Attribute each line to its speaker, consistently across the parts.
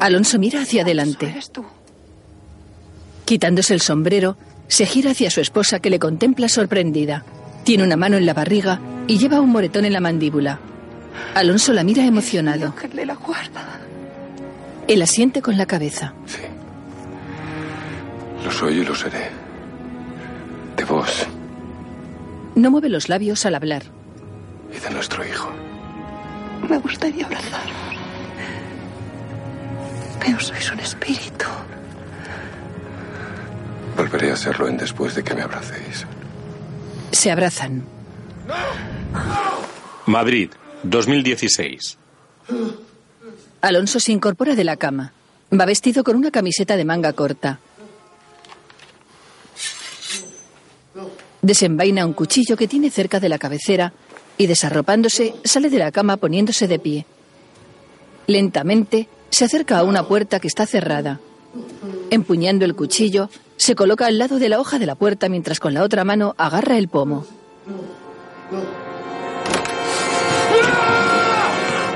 Speaker 1: Alonso mira hacia adelante. Quitándose el sombrero, se gira hacia su esposa que le contempla sorprendida. Tiene una mano en la barriga y lleva un moretón en la mandíbula. Alonso la mira emocionado. Él asiente con la cabeza.
Speaker 2: Sí. Lo soy y lo seré. De vos
Speaker 1: No mueve los labios al hablar.
Speaker 2: y de nuestro hijo.
Speaker 3: Me gustaría abrazaros. Pero sois un espíritu.
Speaker 2: Volveré a serlo en después de que me abracéis.
Speaker 1: Se abrazan.
Speaker 4: Madrid, 2016.
Speaker 1: Alonso se incorpora de la cama. Va vestido con una camiseta de manga corta. Desenvaina un cuchillo que tiene cerca de la cabecera y desarropándose sale de la cama poniéndose de pie. Lentamente se acerca a una puerta que está cerrada. Empuñando el cuchillo, se coloca al lado de la hoja de la puerta mientras con la otra mano agarra el pomo.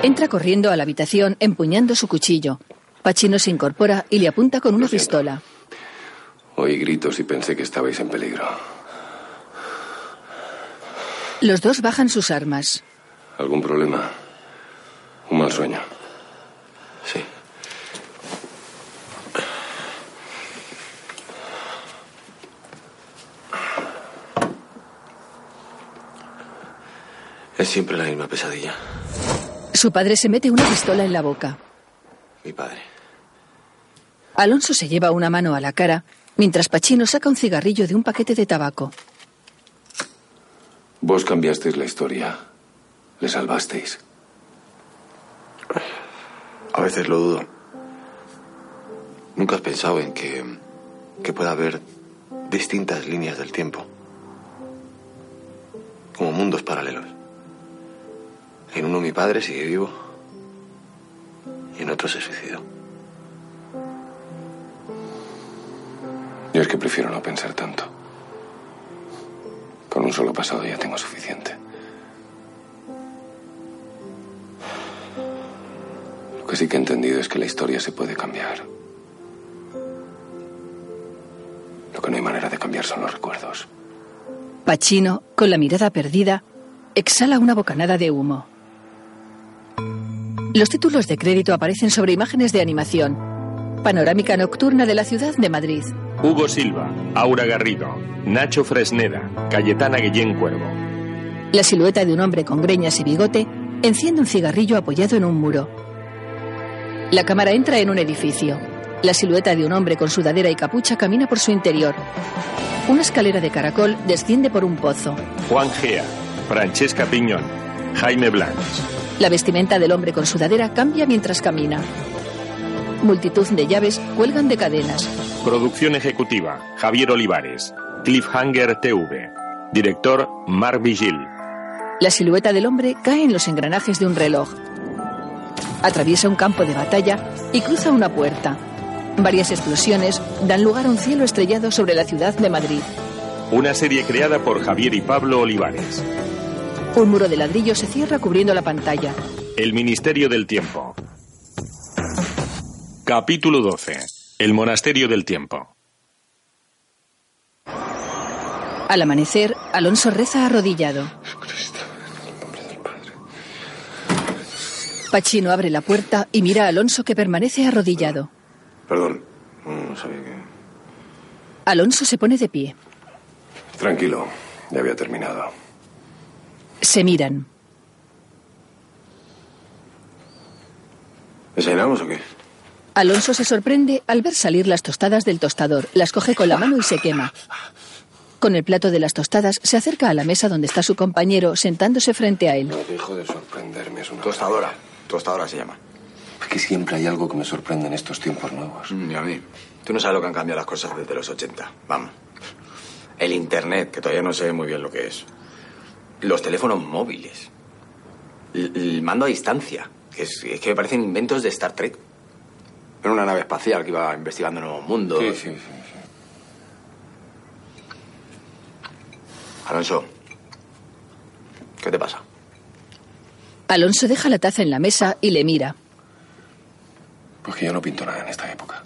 Speaker 1: Entra corriendo a la habitación empuñando su cuchillo. Pachino se incorpora y le apunta con una pistola.
Speaker 2: Oí gritos y pensé que estabais en peligro.
Speaker 1: Los dos bajan sus armas.
Speaker 2: ¿Algún problema? ¿Un mal sueño? Sí.
Speaker 5: Es siempre la misma pesadilla.
Speaker 1: Su padre se mete una pistola en la boca.
Speaker 5: Mi padre.
Speaker 1: Alonso se lleva una mano a la cara mientras Pachino saca un cigarrillo de un paquete de tabaco.
Speaker 2: Vos cambiasteis la historia. Le salvasteis.
Speaker 5: A veces lo dudo. Nunca has pensado en que, que pueda haber distintas líneas del tiempo. Como mundos paralelos. En uno mi padre sigue vivo. Y en otro se suicidó.
Speaker 2: Yo es que prefiero no pensar tanto. Con un solo pasado ya tengo suficiente. Lo que sí que he entendido es que la historia se puede cambiar. Lo que no hay manera de cambiar son los recuerdos.
Speaker 1: Pachino, con la mirada perdida, exhala una bocanada de humo. Los títulos de crédito aparecen sobre imágenes de animación. Panorámica nocturna de la ciudad de Madrid.
Speaker 4: Hugo Silva, Aura Garrido, Nacho Fresneda, Cayetana Guillén Cuervo.
Speaker 1: La silueta de un hombre con greñas y bigote enciende un cigarrillo apoyado en un muro. La cámara entra en un edificio. La silueta de un hombre con sudadera y capucha camina por su interior. Una escalera de caracol desciende por un pozo.
Speaker 4: Juan Gea, Francesca Piñón, Jaime Blanch.
Speaker 1: La vestimenta del hombre con sudadera cambia mientras camina. Multitud de llaves cuelgan de cadenas.
Speaker 4: Producción ejecutiva, Javier Olivares. Cliffhanger TV. Director, Marc Vigil.
Speaker 1: La silueta del hombre cae en los engranajes de un reloj. Atraviesa un campo de batalla y cruza una puerta. Varias explosiones dan lugar a un cielo estrellado sobre la ciudad de Madrid.
Speaker 4: Una serie creada por Javier y Pablo Olivares.
Speaker 1: Un muro de ladrillo se cierra cubriendo la pantalla.
Speaker 4: El Ministerio del Tiempo. Capítulo 12. El Monasterio del Tiempo.
Speaker 1: Al amanecer, Alonso reza arrodillado. Pachino abre la puerta y mira a Alonso que permanece arrodillado.
Speaker 5: Perdón. Mm, No, no sabía que.
Speaker 1: Alonso se pone de pie.
Speaker 2: Tranquilo, ya había terminado.
Speaker 1: Se miran.
Speaker 5: ¿Desayunamos o qué?
Speaker 1: Alonso se sorprende al ver salir las tostadas del tostador. Las coge con la mano y se quema. Con el plato de las tostadas se acerca a la mesa donde está su compañero sentándose frente a él.
Speaker 2: No dejo de sorprenderme, es una...
Speaker 5: Tostadora. Tostadora se llama.
Speaker 2: Es que siempre hay algo que me sorprende en estos tiempos nuevos.
Speaker 5: Ni Mm, a mí. Tú no sabes lo que han cambiado las cosas desde los 80. Vamos. El Internet, que todavía no sé muy bien lo que es. Los teléfonos móviles. El, el mando a distancia, que es, es que me parecen inventos de Star Trek. Era una nave espacial que iba investigando nuevos mundos.
Speaker 2: Sí, sí, sí.
Speaker 5: Alonso, ¿qué te pasa?
Speaker 1: Alonso deja la taza en la mesa y le mira.
Speaker 2: Pues que yo no pinto nada en esta época.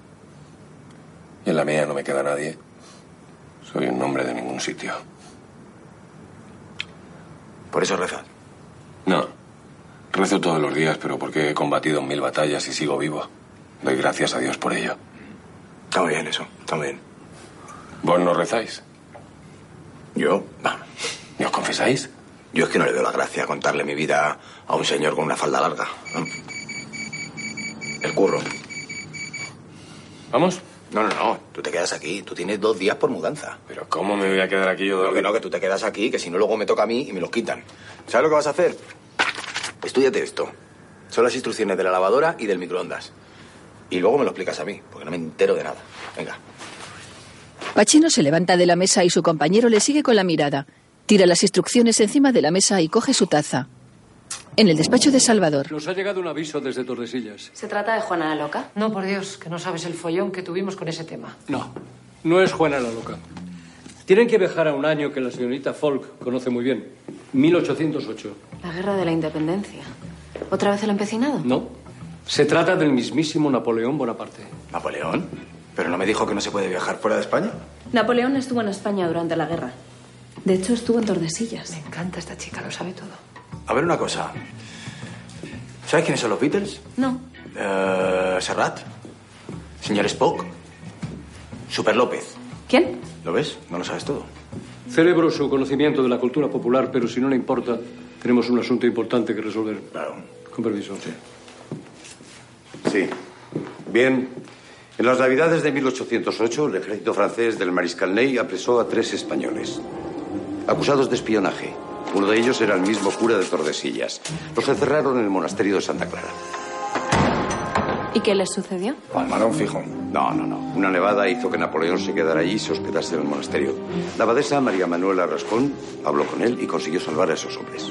Speaker 2: Y en la mía no me queda nadie. Soy un hombre de ningún sitio.
Speaker 5: Por eso rezad.
Speaker 2: No. Rezo todos los días, pero porque he combatido en mil batallas y sigo vivo. Doy gracias a Dios por ello.
Speaker 5: Está muy bien eso, está muy bien.
Speaker 2: ¿Vos no rezáis?
Speaker 5: Yo, vamos.
Speaker 2: ¿Y os confesáis?
Speaker 5: Yo es que no le veo la gracia a contarle mi vida a un señor con una falda larga. ¿no? El curro.
Speaker 2: ¿Vamos?
Speaker 5: No, no, no. Tú te quedas aquí. Tú tienes dos días por mudanza.
Speaker 2: Pero ¿cómo me voy a quedar aquí yo?
Speaker 5: Pero
Speaker 2: de-
Speaker 5: que no, que tú te quedas aquí, que si no luego me toca a mí y me los quitan. ¿Sabes lo que vas a hacer? Estúdiate esto. Son las instrucciones de la lavadora y del microondas. Y luego me lo explicas a mí, porque no me entero de nada. Venga.
Speaker 1: Pachino se levanta de la mesa y su compañero le sigue con la mirada. Tira las instrucciones encima de la mesa y coge su taza. En el despacho de Salvador,
Speaker 6: Nos ha llegado un aviso desde Tordesillas.
Speaker 7: ¿Se trata de Juana la Loca?
Speaker 8: No, por Dios, que no sabes el follón que tuvimos con ese tema.
Speaker 6: No, no es Juana la Loca. Tienen que viajar a un año que la señorita Folk conoce muy bien, 1808.
Speaker 7: La guerra de la independencia. ¿Otra vez el empecinado?
Speaker 6: ¿No? Se trata del mismísimo Napoleón Bonaparte.
Speaker 5: ¿Napoleón? ¿Pero no me dijo que no se puede viajar fuera de España?
Speaker 7: Napoleón estuvo en España durante la guerra. De hecho, estuvo en Tordesillas.
Speaker 8: Me encanta esta chica, lo sabe todo.
Speaker 5: A ver una cosa. ¿Sabes quiénes son los Beatles?
Speaker 7: No.
Speaker 5: Eh, Serrat. Señor Spock. Super López.
Speaker 7: ¿Quién?
Speaker 5: ¿Lo ves? No lo sabes todo.
Speaker 6: Celebro su conocimiento de la cultura popular, pero si no le importa, tenemos un asunto importante que resolver.
Speaker 5: Claro.
Speaker 6: Con permiso.
Speaker 9: Sí. Bien. En las Navidades de 1808, el ejército francés del mariscal Ney apresó a tres españoles, acusados de espionaje. Uno de ellos era el mismo cura de Tordesillas. Los encerraron en el monasterio de Santa Clara.
Speaker 7: ¿Y qué les sucedió?
Speaker 5: Palmarón fijo.
Speaker 9: No, no, no. Una nevada hizo que Napoleón se quedara allí y se hospedase en el monasterio. La abadesa María Manuela Rascón habló con él y consiguió salvar a esos hombres.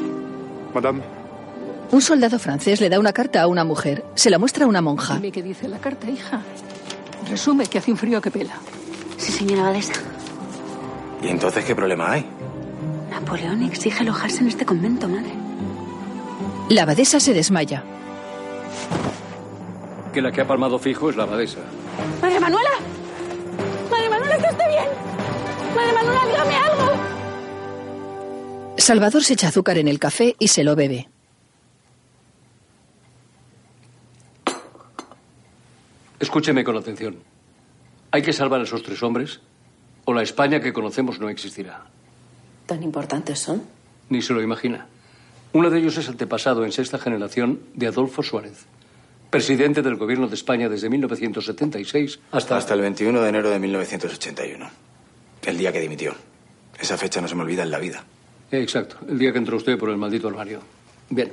Speaker 10: Madame,
Speaker 1: un soldado francés le da una carta a una mujer. Se la muestra a una monja.
Speaker 3: Dime qué dice la carta, hija. Resume que hace un frío que pela.
Speaker 11: Sí, señora Badesa.
Speaker 5: ¿Y entonces qué problema hay?
Speaker 11: Napoleón exige alojarse en este convento, madre.
Speaker 1: La abadesa se desmaya.
Speaker 6: Que la que ha palmado fijo es la abadesa.
Speaker 11: ¡Madre Manuela! ¡Madre Manuela, está usted bien! ¡Madre Manuela, dígame algo!
Speaker 1: Salvador se echa azúcar en el café y se lo bebe.
Speaker 6: Escúcheme con atención. Hay que salvar a esos tres hombres o la España que conocemos no existirá.
Speaker 7: ¿Tan importantes son?
Speaker 6: Ni se lo imagina. Uno de ellos es antepasado en sexta generación de Adolfo Suárez, presidente del gobierno de España desde 1976 hasta...
Speaker 5: Hasta el 21 de enero de 1981. El día que dimitió. Esa fecha no se me olvida en la vida.
Speaker 6: Eh, exacto, el día que entró usted por el maldito armario. Bien.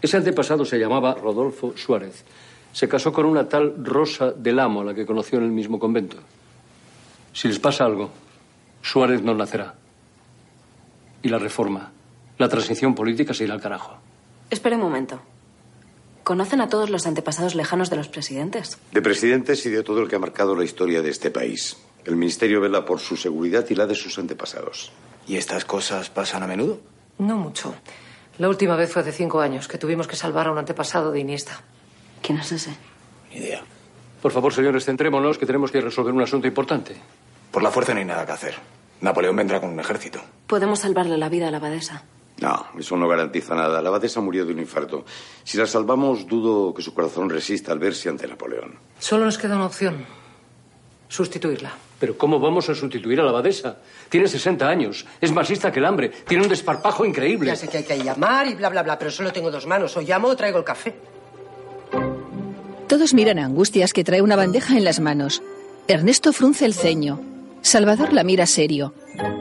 Speaker 6: Ese antepasado se llamaba Rodolfo Suárez. Se casó con una tal Rosa del Amo, a la que conoció en el mismo convento. Si les pasa algo, Suárez no nacerá. Y la reforma, la transición política se irá al carajo.
Speaker 7: Espere un momento. ¿Conocen a todos los antepasados lejanos de los presidentes?
Speaker 9: De presidentes y de todo el que ha marcado la historia de este país. El ministerio vela por su seguridad y la de sus antepasados.
Speaker 5: ¿Y estas cosas pasan a menudo?
Speaker 8: No mucho. La última vez fue hace cinco años que tuvimos que salvar a un antepasado de Iniesta.
Speaker 11: ¿Quién es ese?
Speaker 5: Ni idea.
Speaker 6: Por favor, señores, centrémonos que tenemos que resolver un asunto importante.
Speaker 5: Por la fuerza no hay nada que hacer. Napoleón vendrá con un ejército.
Speaker 7: Podemos salvarle la vida a la abadesa.
Speaker 9: No, eso no garantiza nada. La abadesa murió de un infarto. Si la salvamos, dudo que su corazón resista al verse ante Napoleón.
Speaker 8: Solo nos queda una opción. Sustituirla.
Speaker 6: Pero ¿cómo vamos a sustituir a la abadesa? Tiene 60 años, es marxista que el hambre, tiene un desparpajo increíble.
Speaker 8: Ya sé que hay que llamar y bla, bla, bla, pero solo tengo dos manos. O llamo o traigo el café.
Speaker 1: Todos miran a Angustias que trae una bandeja en las manos. Ernesto frunce el ceño. Salvador la mira serio.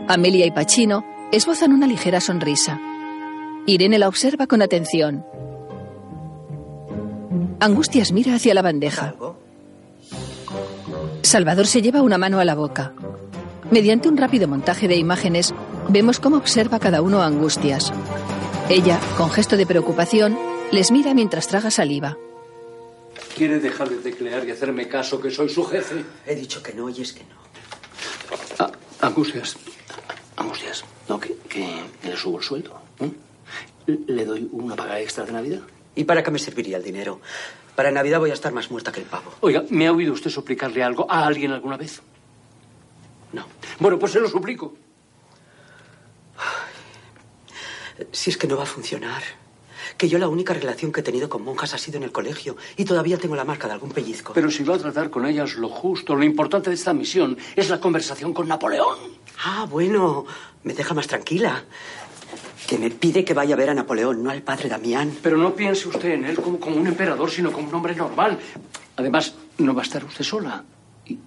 Speaker 1: Amelia y Pachino esbozan una ligera sonrisa. Irene la observa con atención. Angustias mira hacia la bandeja.
Speaker 8: ¿Algo?
Speaker 1: Salvador se lleva una mano a la boca. Mediante un rápido montaje de imágenes, vemos cómo observa cada uno a Angustias. Ella, con gesto de preocupación, les mira mientras traga saliva.
Speaker 6: ¿Quiere dejar de teclear y hacerme caso que soy su jefe?
Speaker 8: He dicho que no y es que no.
Speaker 6: Ah, angustias.
Speaker 10: Angustias, no, que, que- que le subo el sueldo. ¿eh? Le doy una paga extra de Navidad.
Speaker 8: ¿Y para qué me serviría el dinero?
Speaker 12: Para Navidad voy a estar más muerta que el pavo.
Speaker 6: Oiga, ¿me ha oído usted suplicarle algo a alguien alguna vez?
Speaker 12: No.
Speaker 6: Bueno, pues se lo suplico.
Speaker 12: Si es que no va a funcionar. Que yo la única relación que he tenido con monjas ha sido en el colegio y todavía tengo la marca de algún pellizco.
Speaker 6: Pero si va a tratar con ellas lo justo, lo importante de esta misión es la conversación con Napoleón.
Speaker 12: Ah, bueno, me deja más tranquila. Que me pide que vaya a ver a Napoleón, no al padre Damián.
Speaker 6: Pero no piense usted en él como, como un emperador, sino como un hombre normal. Además, no va a estar usted sola. Y,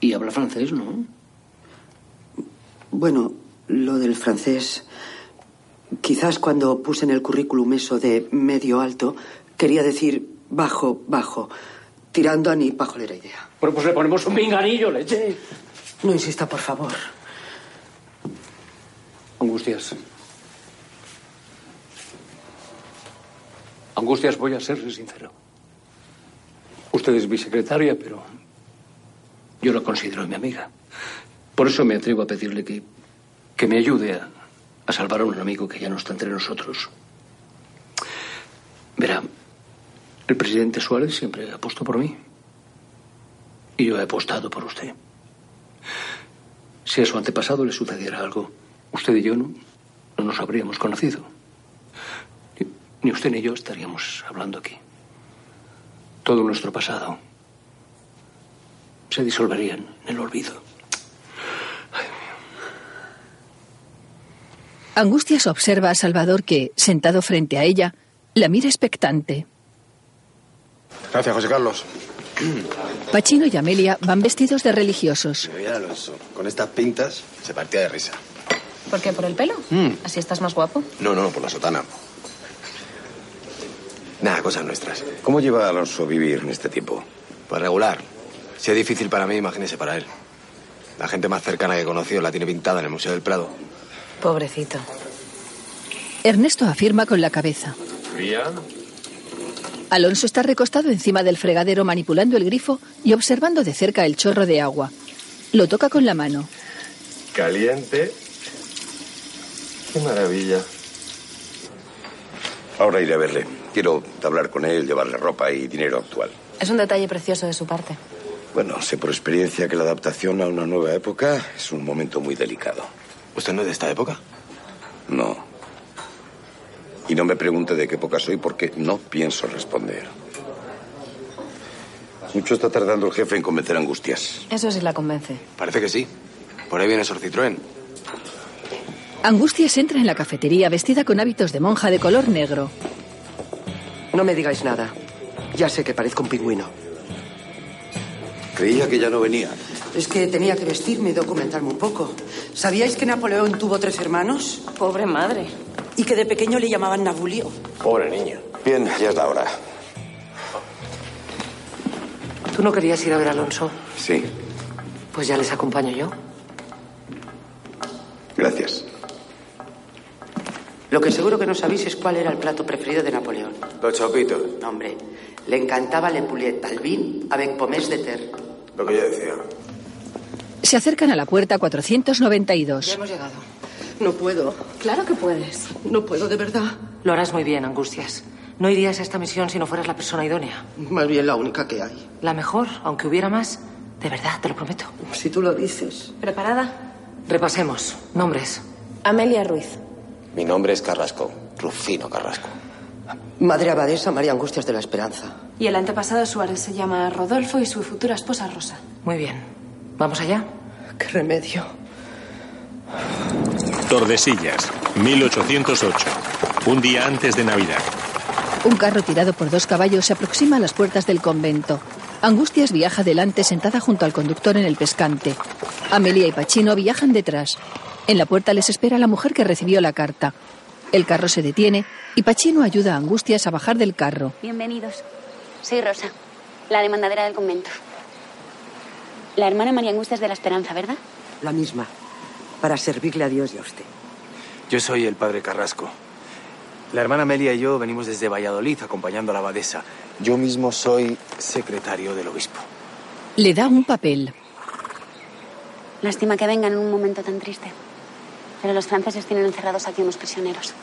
Speaker 6: y habla francés, ¿no?
Speaker 12: Bueno, lo del francés. Quizás cuando puse en el currículum eso de medio alto, quería decir bajo, bajo, tirando a ni bajo era idea.
Speaker 6: Bueno, pues le ponemos un pinganillo, leche.
Speaker 12: No insista, por favor.
Speaker 6: Angustias. Angustias, voy a serle sincero. Usted es mi secretaria, pero yo la considero mi amiga. Por eso me atrevo a pedirle que, que me ayude a, a salvar a un amigo que ya no está entre nosotros. Verá, el presidente Suárez siempre apostó por mí. Y yo he apostado por usted. Si a su antepasado le sucediera algo, usted y yo no, no nos habríamos conocido. Ni, ni usted ni yo estaríamos hablando aquí. Todo nuestro pasado se disolvería en el olvido.
Speaker 1: Angustias observa a Salvador que, sentado frente a ella, la mira expectante.
Speaker 9: Gracias, José Carlos.
Speaker 1: Pachino y Amelia van vestidos de religiosos.
Speaker 9: Mira, Alonso, con estas pintas se partía de risa.
Speaker 7: ¿Por qué? ¿Por el pelo?
Speaker 9: Mm.
Speaker 7: ¿Así estás más guapo?
Speaker 9: No, no, no, por la sotana. Nada, cosas nuestras. ¿Cómo lleva Alonso vivir en este tiempo? Pues regular. Si es difícil para mí, imagínese para él. La gente más cercana que conoció la tiene pintada en el Museo del Prado.
Speaker 7: Pobrecito.
Speaker 1: Ernesto afirma con la cabeza.
Speaker 4: ¿Mía?
Speaker 1: Alonso está recostado encima del fregadero manipulando el grifo y observando de cerca el chorro de agua. Lo toca con la mano.
Speaker 9: Caliente. Qué maravilla. Ahora iré a verle. Quiero hablar con él, llevarle ropa y dinero actual.
Speaker 7: Es un detalle precioso de su parte.
Speaker 9: Bueno, sé por experiencia que la adaptación a una nueva época es un momento muy delicado. ¿Usted no es de esta época? No. Y no me pregunte de qué época soy porque no pienso responder. Mucho está tardando el jefe en convencer a Angustias.
Speaker 7: Eso sí la convence.
Speaker 9: Parece que sí. Por ahí viene Sor Citroën.
Speaker 1: Angustias entra en la cafetería vestida con hábitos de monja de color negro.
Speaker 12: No me digáis nada. Ya sé que parezco un pingüino.
Speaker 9: Creía que ya no venía.
Speaker 12: Es que tenía que vestirme y documentarme un poco. ¿Sabíais que Napoleón tuvo tres hermanos?
Speaker 7: Pobre madre.
Speaker 12: Y que de pequeño le llamaban Nabulio.
Speaker 9: Pobre niño. Bien, ya es la hora.
Speaker 13: ¿Tú no querías ir a ver a Alonso?
Speaker 9: Sí,
Speaker 13: Pues ya les acompaño yo.
Speaker 9: gracias.
Speaker 12: Lo que seguro que no sabéis es cuál era el plato preferido de Napoleón.
Speaker 5: Los chopitos.
Speaker 12: No, hombre. Le encantaba l'epulette al vin avec pommes de terre.
Speaker 5: Lo que yo decía.
Speaker 1: Se acercan a la puerta 492.
Speaker 12: hemos llegado. No puedo.
Speaker 7: Claro que puedes.
Speaker 12: No puedo, de verdad.
Speaker 13: Lo harás muy bien, Angustias. No irías a esta misión si no fueras la persona idónea.
Speaker 12: Más bien la única que hay.
Speaker 13: La mejor, aunque hubiera más. De verdad, te lo prometo.
Speaker 12: Si tú lo dices.
Speaker 7: ¿Preparada?
Speaker 13: Repasemos. Nombres.
Speaker 7: Amelia Ruiz.
Speaker 5: Mi nombre es Carrasco. Rufino Carrasco.
Speaker 12: Madre abadesa María Angustias de la Esperanza.
Speaker 7: Y el antepasado Suárez se llama Rodolfo y su futura esposa Rosa.
Speaker 13: Muy bien. ¿Vamos allá?
Speaker 12: Qué remedio.
Speaker 4: Tordesillas, 1808. Un día antes de Navidad.
Speaker 1: Un carro tirado por dos caballos se aproxima a las puertas del convento. Angustias viaja delante sentada junto al conductor en el pescante. Amelia y Pachino viajan detrás. En la puerta les espera la mujer que recibió la carta. El carro se detiene y Pachino ayuda a Angustias a bajar del carro.
Speaker 14: Bienvenidos. Soy Rosa, la demandadera del convento. La hermana María Angustias de la Esperanza, ¿verdad?
Speaker 12: La misma. Para servirle a Dios y a usted.
Speaker 5: Yo soy el padre Carrasco. La hermana Amelia y yo venimos desde Valladolid acompañando a la abadesa. Yo mismo soy secretario del obispo.
Speaker 1: Le da un papel.
Speaker 14: Lástima que vengan en un momento tan triste. Pero los franceses tienen encerrados aquí unos prisioneros.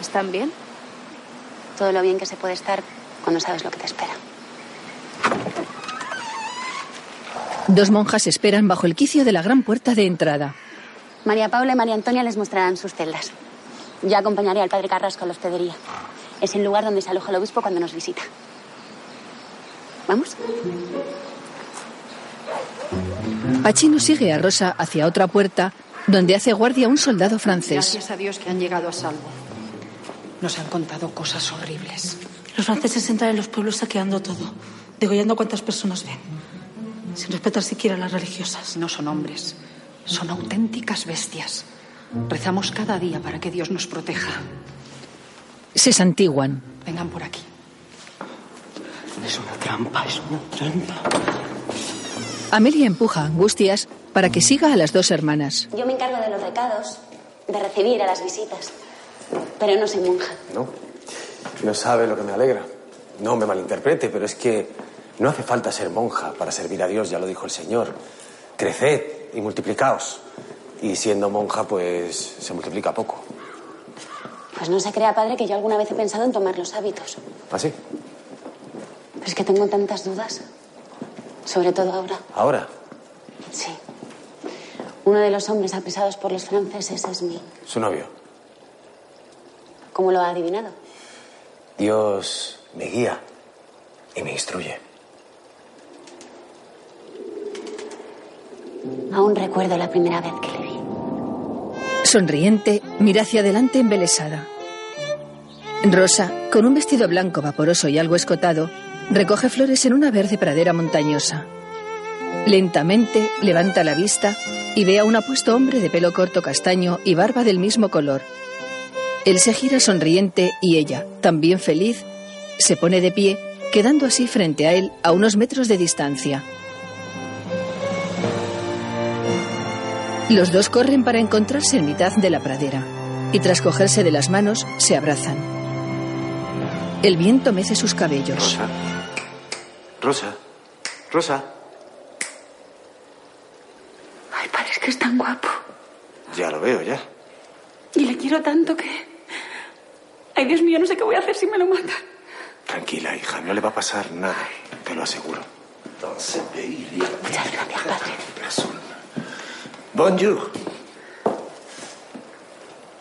Speaker 7: ¿Están bien?
Speaker 14: Todo lo bien que se puede estar cuando sabes lo que te espera.
Speaker 1: Dos monjas esperan bajo el quicio de la gran puerta de entrada.
Speaker 14: María Paula y María Antonia les mostrarán sus celdas. Yo acompañaré al padre Carrasco a la hospedería. Es el lugar donde se aloja el obispo cuando nos visita. ¿Vamos?
Speaker 1: Pachino sigue a Rosa hacia otra puerta, donde hace guardia un soldado francés.
Speaker 12: Gracias a Dios que han llegado a salvo. Nos han contado cosas horribles.
Speaker 15: Los franceses entran en los pueblos saqueando todo, degollando cuantas personas ven, sin respetar siquiera a las religiosas.
Speaker 12: No son hombres, son auténticas bestias. Rezamos cada día para que Dios nos proteja.
Speaker 1: Se santiguan.
Speaker 12: Vengan por aquí.
Speaker 16: Es una trampa, es una trampa.
Speaker 1: Amelia empuja a Angustias para que siga a las dos hermanas.
Speaker 14: Yo me encargo de los recados, de recibir a las visitas. Pero no soy monja.
Speaker 17: No. No sabe lo que me alegra. No me malinterprete, pero es que no hace falta ser monja para servir a Dios, ya lo dijo el Señor. Creced y multiplicaos. Y siendo monja, pues se multiplica poco.
Speaker 14: Pues no se crea, padre, que yo alguna vez he pensado en tomar los hábitos.
Speaker 17: ¿Así?
Speaker 14: Pero es que tengo tantas dudas. Sobre todo ahora.
Speaker 17: Ahora,
Speaker 14: Sí. Uno de los hombres apresados por los franceses es mi.
Speaker 17: su novio.
Speaker 14: ¿Cómo lo ha adivinado?
Speaker 17: Dios me guía y me instruye.
Speaker 14: Aún recuerdo la primera vez que le vi.
Speaker 1: Sonriente, mira hacia adelante embelesada. Rosa, con un vestido blanco vaporoso y algo escotado, recoge flores en una verde pradera montañosa. Lentamente levanta la vista y ve a un apuesto hombre de pelo corto castaño y barba del mismo color. Él se gira sonriente y ella, también feliz, se pone de pie, quedando así frente a él a unos metros de distancia. Los dos corren para encontrarse en mitad de la pradera y tras cogerse de las manos se abrazan. El viento mece sus cabellos.
Speaker 5: Rosa, Rosa.
Speaker 11: Ay, padre, es que es tan guapo.
Speaker 5: Ya lo veo, ya.
Speaker 11: Y le quiero tanto que... Ay, Dios mío, no sé qué voy a hacer si me lo mata.
Speaker 5: Tranquila, hija, no le va a pasar nada, te lo aseguro.
Speaker 11: Muchas gracias, padre.
Speaker 5: Bonjour.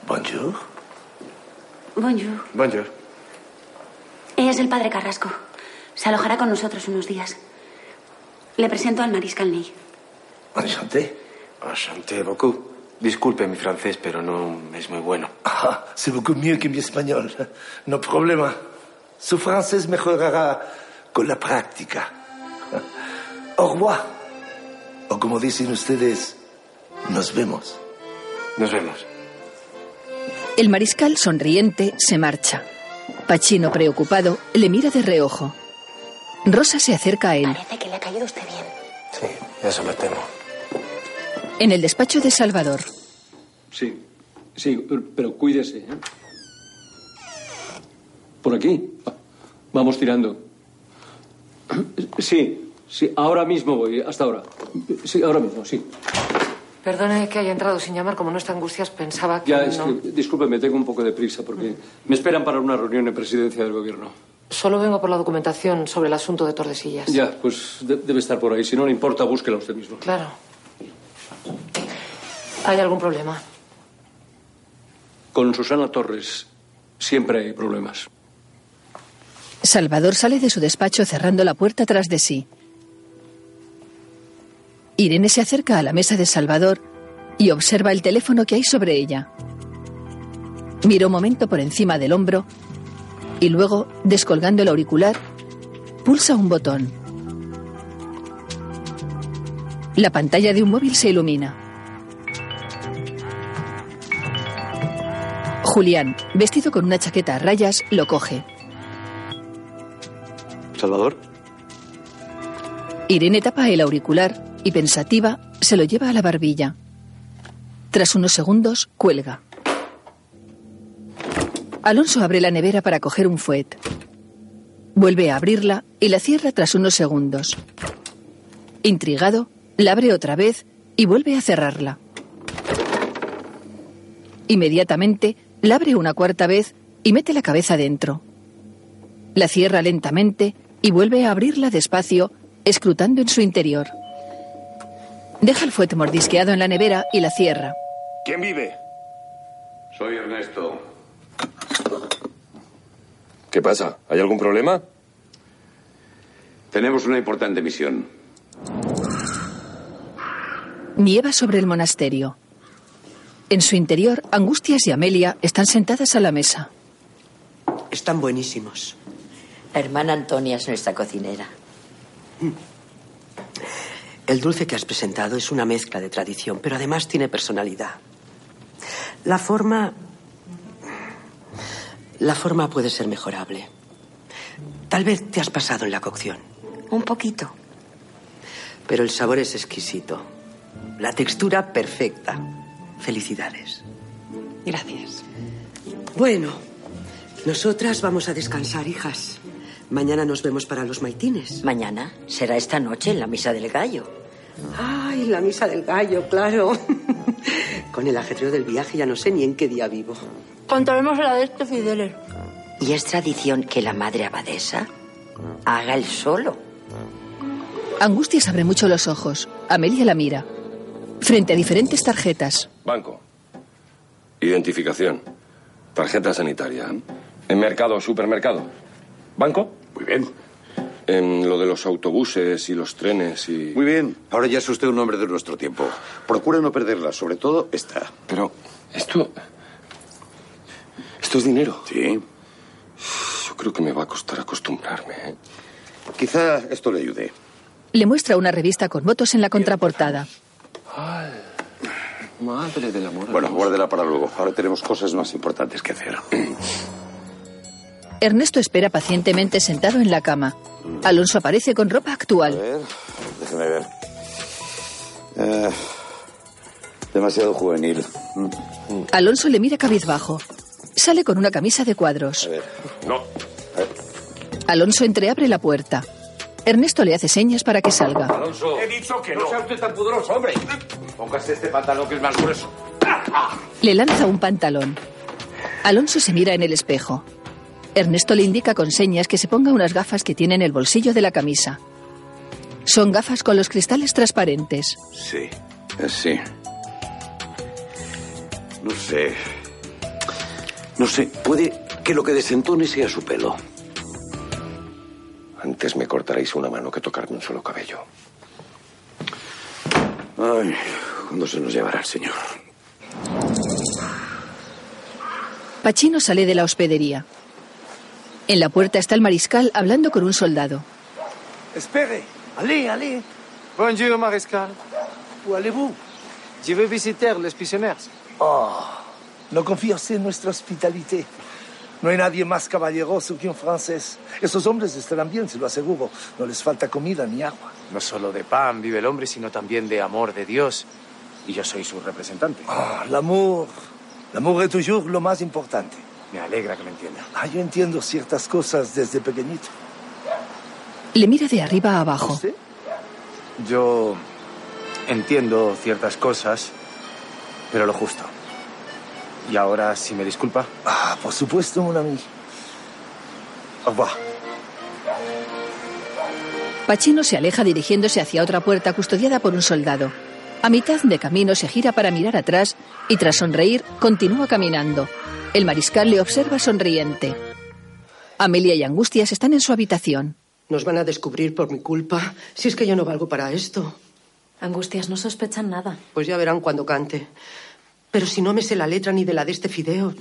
Speaker 5: Bonjour.
Speaker 14: Bonjour.
Speaker 5: Bonjour.
Speaker 14: Ella es el padre Carrasco. Se alojará con nosotros unos días. Le presento al mariscal Ney.
Speaker 5: Enchanté. Enchanté beaucoup. Disculpe mi francés, pero no es muy bueno.
Speaker 18: Ah, c'est beaucoup mieux que mi español. No problema. Su francés mejorará con la práctica. Au revoir. O como dicen ustedes, nos vemos.
Speaker 5: Nos vemos.
Speaker 1: El mariscal sonriente se marcha. Pachino preocupado le mira de reojo. Rosa se acerca a él.
Speaker 14: Parece que le ha caído a usted bien.
Speaker 17: Sí, eso lo temo.
Speaker 1: En el despacho de Salvador,
Speaker 6: Sí, sí, pero- pero cuídese. ¿eh? Por aquí. Va- Vamos tirando. Sí, sí, ahora mismo voy, hasta ahora. Sí, ahora mismo, sí.
Speaker 8: Perdone que haya entrado sin llamar, como no está angustias,
Speaker 13: Ah,
Speaker 8: pensaba que
Speaker 6: Ya, es
Speaker 8: no.
Speaker 6: que, discúlpeme, tengo un poco de prisa porque me esperan para una reunión en presidencia del gobierno.
Speaker 8: Solo vengo por la documentación sobre el asunto de Tordesillas.
Speaker 6: Ya, pues de- debe estar por ahí. Si no le importa, búsquela usted mismo.
Speaker 8: Claro. ¿Hay algún problema?
Speaker 6: Con Susana Torres siempre hay problemas.
Speaker 1: Salvador sale de su despacho cerrando la puerta tras de sí. Irene se acerca a la mesa de Salvador y observa el teléfono que hay sobre ella. Mira un momento por encima del hombro y luego, descolgando el auricular, pulsa un botón. La pantalla de un móvil se ilumina. Julián, vestido con una chaqueta a rayas, lo coge.
Speaker 10: Salvador.
Speaker 1: Irene tapa el auricular y pensativa se lo lleva a la barbilla. Tras unos segundos, cuelga. Alonso abre la nevera para coger un fuet. Vuelve a abrirla y la cierra tras unos segundos. Intrigado, la abre otra vez y vuelve a cerrarla. Inmediatamente, la abre una cuarta vez y mete la cabeza dentro. La cierra lentamente y vuelve a abrirla despacio, escrutando en su interior. Deja el fuete mordisqueado en la nevera y la cierra.
Speaker 19: ¿Quién vive?
Speaker 20: Soy Ernesto.
Speaker 2: ¿Qué pasa? ¿Hay algún problema?
Speaker 20: Tenemos una importante misión.
Speaker 1: Nieva sobre el monasterio. En su interior, Angustias y Amelia están sentadas a la mesa.
Speaker 12: Están buenísimos. La hermana Antonia es nuestra cocinera. El dulce que has presentado es una mezcla de tradición, pero además tiene personalidad. La forma. La forma puede ser mejorable. Tal vez te has pasado en la cocción,
Speaker 21: Un poquito.
Speaker 12: pero el sabor es exquisito. La textura perfecta. Felicidades.
Speaker 21: Gracias.
Speaker 12: Bueno, nosotras vamos a descansar, hijas. Mañana nos vemos para los maitines.
Speaker 21: Mañana será esta noche en la misa del gallo.
Speaker 12: Ay, la misa del gallo, claro. Con el ajetreo del viaje ya no sé ni en qué día vivo.
Speaker 21: Contaremos la de este Fideles. Y es tradición que la madre abadesa haga el solo.
Speaker 1: Angustias abre mucho los ojos. Amelia la mira. Frente a diferentes tarjetas,
Speaker 2: Banco. Identificación. Tarjeta sanitaria. En mercado, supermercado. Banco. Muy bien. En Mm, lo de los autobuses y los trenes y...
Speaker 9: Muy bien. Ahora ya es usted un hombre de nuestro tiempo. Procura no perderla, sobre todo esta.
Speaker 2: Pero esto... Esto es dinero.
Speaker 9: Sí.
Speaker 2: Yo creo que me va a costar acostumbrarme. ¿eh?
Speaker 9: Quizá esto le ayude.
Speaker 1: le muestra una revista con motos en la contraportada.
Speaker 2: Madre del amor.
Speaker 9: Bueno, guárdela para luego. Ahora tenemos cosas más importantes que hacer.
Speaker 1: Ernesto espera pacientemente sentado en la cama. Alonso aparece con ropa actual.
Speaker 9: Déjeme ver. Eh, demasiado juvenil.
Speaker 1: Alonso le mira cabizbajo. Sale con una camisa de cuadros.
Speaker 2: No.
Speaker 1: Alonso entreabre la puerta. Ernesto le hace señas para que salga.
Speaker 5: Alonso. He dicho que no. No sea usted tan pudoroso, hombre. Ah, Póngase este pantalón que es más grueso.
Speaker 1: Le lanza un pantalón. Alonso se mira en el espejo. Ernesto le indica con señas que se ponga unas gafas que tiene en el bolsillo de la camisa. Son gafas con los cristales transparentes.
Speaker 9: Sí.
Speaker 2: Eh,
Speaker 9: sí. No sé. No sé. Puede que lo que desentone sea su pelo.
Speaker 2: Antes me cortaréis una mano que tocarme un solo cabello.
Speaker 9: Ay, ¿cuándo se nos llevará el señor?
Speaker 1: Pachino sale de la hospedería. En la puerta está el mariscal hablando con un soldado.
Speaker 18: Espere, allez, allez. Bonjour, mariscal. Où allez-vous Je vais visiter les prisioners. Oh, no confías en nuestra hospitalidad. No hay nadie más caballeroso que un francés. Esos hombres estarán bien, se lo aseguro. No les falta comida ni agua.
Speaker 5: No solo de pan vive el hombre, sino también de amor de Dios. Y yo soy su representante.
Speaker 18: Ah, l'amour. L'amour es toujours lo más importante.
Speaker 5: Me alegra que me entienda.
Speaker 18: Ah, yo entiendo ciertas cosas desde pequeñito.
Speaker 1: Le mira de arriba a abajo.
Speaker 5: Yo entiendo ciertas cosas, pero lo justo. Y ahora, si me disculpa.
Speaker 18: Ah, por supuesto, un amigo.
Speaker 5: Au revoir.
Speaker 1: Pachino se aleja dirigiéndose hacia otra puerta custodiada por un soldado. A mitad de camino se gira para mirar atrás y tras sonreír continúa caminando. El mariscal le observa sonriente. Amelia y Angustias están en su habitación.
Speaker 12: Nos van a descubrir por mi culpa. Si es que yo no valgo para esto.
Speaker 7: Angustias, no sospechan nada.
Speaker 12: Pues ya verán cuando cante. Pero si no me sé la letra ni de la de este fideo.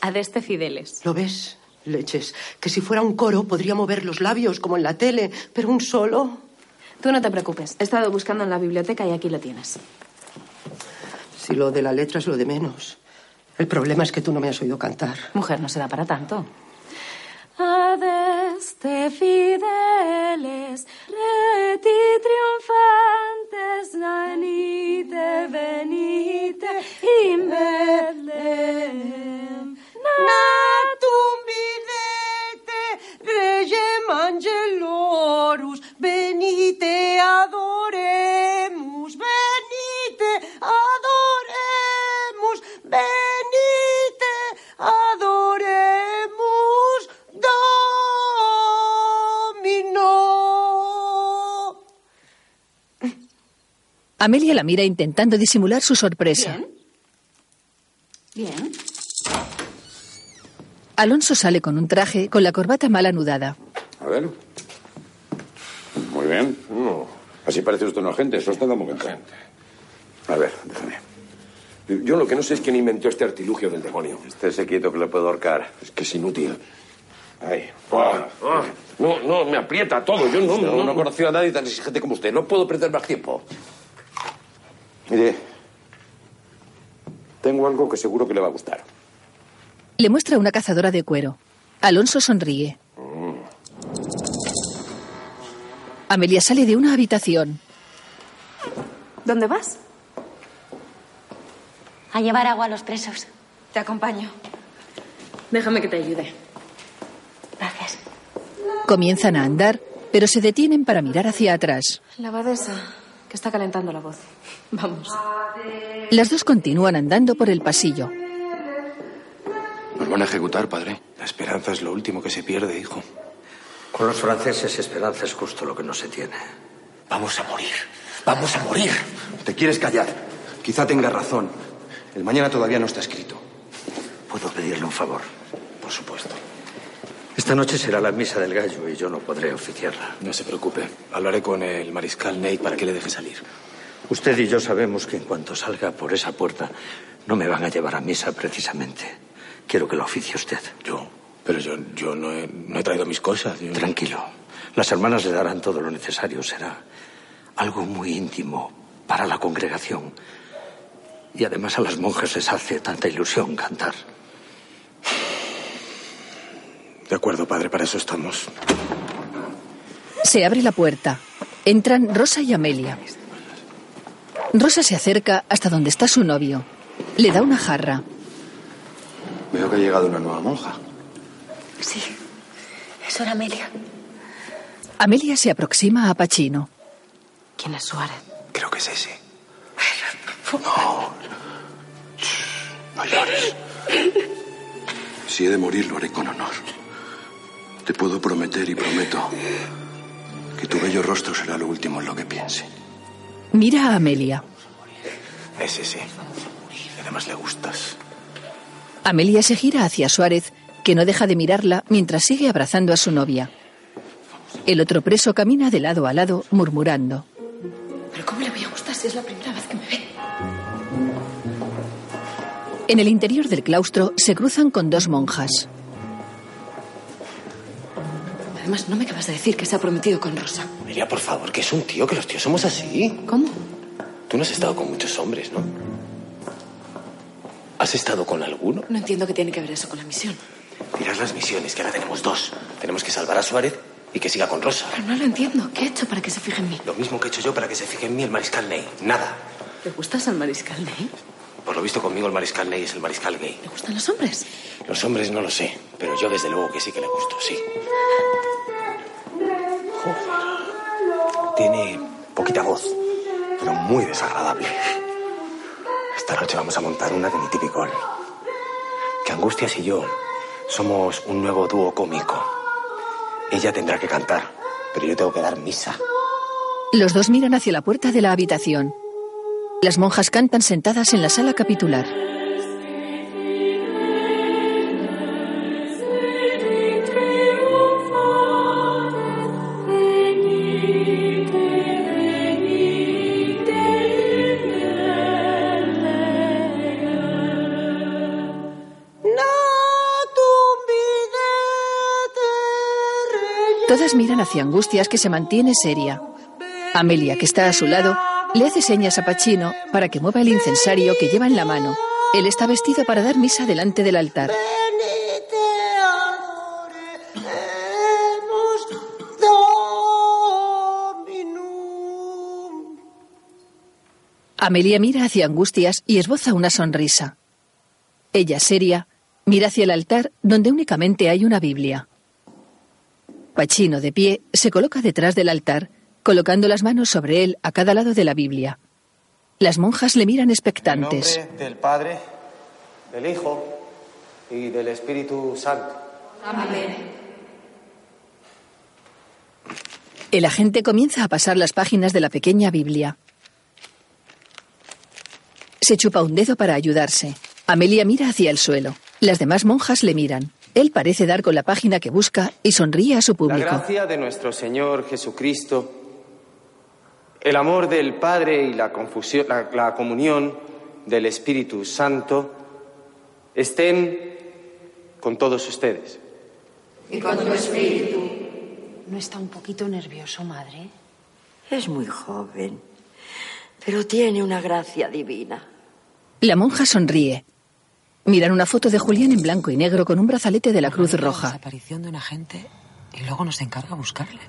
Speaker 7: Adeste Fideles.
Speaker 12: ¿Lo ves? Leches. Que si fuera un coro podría mover los labios como en la tele, pero un solo.
Speaker 7: Tú no te preocupes. He estado buscando en la biblioteca y aquí lo tienes.
Speaker 12: Si lo de la letra es lo de menos. El problema es que tú no me has oído cantar.
Speaker 7: Mujer, no se da para tanto.
Speaker 11: Adeste fideles, reti triunfantes, nanite venite in Bethlehem. Natum videte, regem angelorus, venite adoremus, venite adoremus, venite adoremus, Domino.
Speaker 1: Amelia la mira intentando disimular su sorpresa.
Speaker 11: Bien.
Speaker 1: Alonso sale con un traje con la corbata mal anudada.
Speaker 2: A ver. Muy bien. Así parece usted un agente. Eso está dando momento. A ver, déjame. Yo lo que no sé es quién inventó este artilugio del demonio.
Speaker 9: Estése quieto que le puedo ahorcar.
Speaker 2: Es que es inútil. Ay. No, no, me aprieta todo. Yo no,
Speaker 9: No,
Speaker 2: no,
Speaker 9: no conoció a nadie tan exigente como usted. No puedo perder más tiempo. Mire, tengo algo que seguro que le va a gustar.
Speaker 1: Le muestra una cazadora de cuero. Alonso sonríe. Amelia sale de una habitación.
Speaker 7: ¿Dónde vas?
Speaker 14: A llevar agua a los presos.
Speaker 7: Te acompaño. Déjame que te ayude.
Speaker 14: Gracias.
Speaker 1: Comienzan a andar, pero se detienen para mirar hacia atrás.
Speaker 7: La abadesa, que está calentando la voz. Vamos.
Speaker 1: Las dos continúan andando por el pasillo.
Speaker 5: Nos van a ejecutar, padre. La esperanza es lo último que se pierde, hijo.
Speaker 22: Con los franceses esperanza es justo lo que no se tiene.
Speaker 5: Vamos a morir. Vamos a morir. ¿Te quieres callar? Quizá tenga razón. El mañana todavía no está escrito.
Speaker 22: ¿Puedo pedirle un favor? Por supuesto. Esta noche será la misa del gallo y yo no podré oficiarla.
Speaker 5: No se preocupe. Hablaré con el mariscal Ney para que le deje salir.
Speaker 22: Usted y yo sabemos que en cuanto salga por esa puerta no me van a llevar a misa precisamente. Quiero que la oficie usted.
Speaker 5: Yo. Pero yo, yo no, he, no he traído mis cosas. yo-
Speaker 22: Tranquilo. Las hermanas le darán todo lo necesario. Será algo muy íntimo para la congregación. Y además a las monjas les hace tanta ilusión cantar.
Speaker 5: De acuerdo, padre, para eso estamos.
Speaker 1: Se abre la puerta. Entran Rosa y Amelia. Rosa se acerca hasta donde está su novio. Le da una jarra.
Speaker 5: Veo que ha llegado una nueva monja.
Speaker 14: Sí. Es hora media.
Speaker 1: Amelia se aproxima a Pachino.
Speaker 14: ¿Quién es Suárez?
Speaker 5: Creo que es ese. No. Shh, No llores.
Speaker 23: Si he de morir, lo haré con honor. Te puedo prometer y prometo que tu bello rostro será lo último en lo que piense.
Speaker 1: Mira a Amelia.
Speaker 5: Es ese. Y además le gustas.
Speaker 1: Amelia se gira hacia Suárez, que no deja de mirarla mientras sigue abrazando a su novia. El otro preso camina de lado a lado, murmurando.
Speaker 12: Pero ¿cómo le voy a gustar si es la primera vez que me ve?
Speaker 1: En el interior del claustro se cruzan con dos monjas.
Speaker 12: Además, no me acabas de decir que se ha prometido con Rosa.
Speaker 5: Mira, por favor, que es un tío, que los tíos somos así.
Speaker 12: ¿Cómo?
Speaker 5: Tú no has estado con muchos hombres, ¿no? ¿Has estado con alguno?
Speaker 12: No entiendo qué tiene que ver eso con la misión.
Speaker 5: Dirás las misiones, que ahora tenemos dos. Tenemos que salvar a Suárez y que siga con Rosa.
Speaker 12: Pero no lo entiendo. ¿Qué ha hecho para que se fije en mí?
Speaker 5: Lo mismo que he hecho yo para que se fije en mí el mariscal Ney. Nada.
Speaker 12: ¿Te gustas al mariscal Ney?
Speaker 5: Por lo visto conmigo el mariscal Ney es el mariscal gay.
Speaker 12: ¿Te gustan los hombres?
Speaker 5: Los hombres no lo sé, pero yo desde luego que sí que le gusto, sí. Tiene poquita voz, pero muy desagradable. Esta noche vamos a montar una de mi típico. Que Angustias y yo somos un nuevo dúo cómico. Ella tendrá que cantar, pero yo tengo que dar misa.
Speaker 1: Los dos miran hacia la puerta de la habitación. Las monjas cantan sentadas en la sala capitular. Todas miran hacia Angustias, que se mantiene seria. Amelia, que está a su lado, le hace señas a Pachino para que mueva el incensario que lleva en la mano. Él está vestido para dar misa delante del altar. Amelia mira hacia Angustias y esboza una sonrisa. Ella, seria, mira hacia el altar donde únicamente hay una Biblia. Pachino, de pie, se coloca detrás del altar, colocando las manos sobre él a cada lado de la Biblia. Las monjas le miran expectantes.
Speaker 17: Del Padre, del Hijo y del Espíritu Santo.
Speaker 1: El agente comienza a pasar las páginas de la pequeña Biblia. Se chupa un dedo para ayudarse. Amelia mira hacia el suelo. Las demás monjas le miran. Él parece dar con la página que busca y sonríe a su
Speaker 24: La
Speaker 1: público.
Speaker 24: gracia de nuestro Señor Jesucristo, el amor del Padre y la, confusión- la- la comunión del Espíritu Santo estén con todos ustedes.
Speaker 14: Y con tu espíritu.
Speaker 25: ¿No está un poquito nervioso, madre?
Speaker 14: Es muy joven, pero tiene una gracia divina.
Speaker 1: La monja sonríe. Miran una foto de Julián en blanco y negro con un brazalete de la Cruz Roja.
Speaker 13: Aparición de un agente y luego nos encarga a buscarle.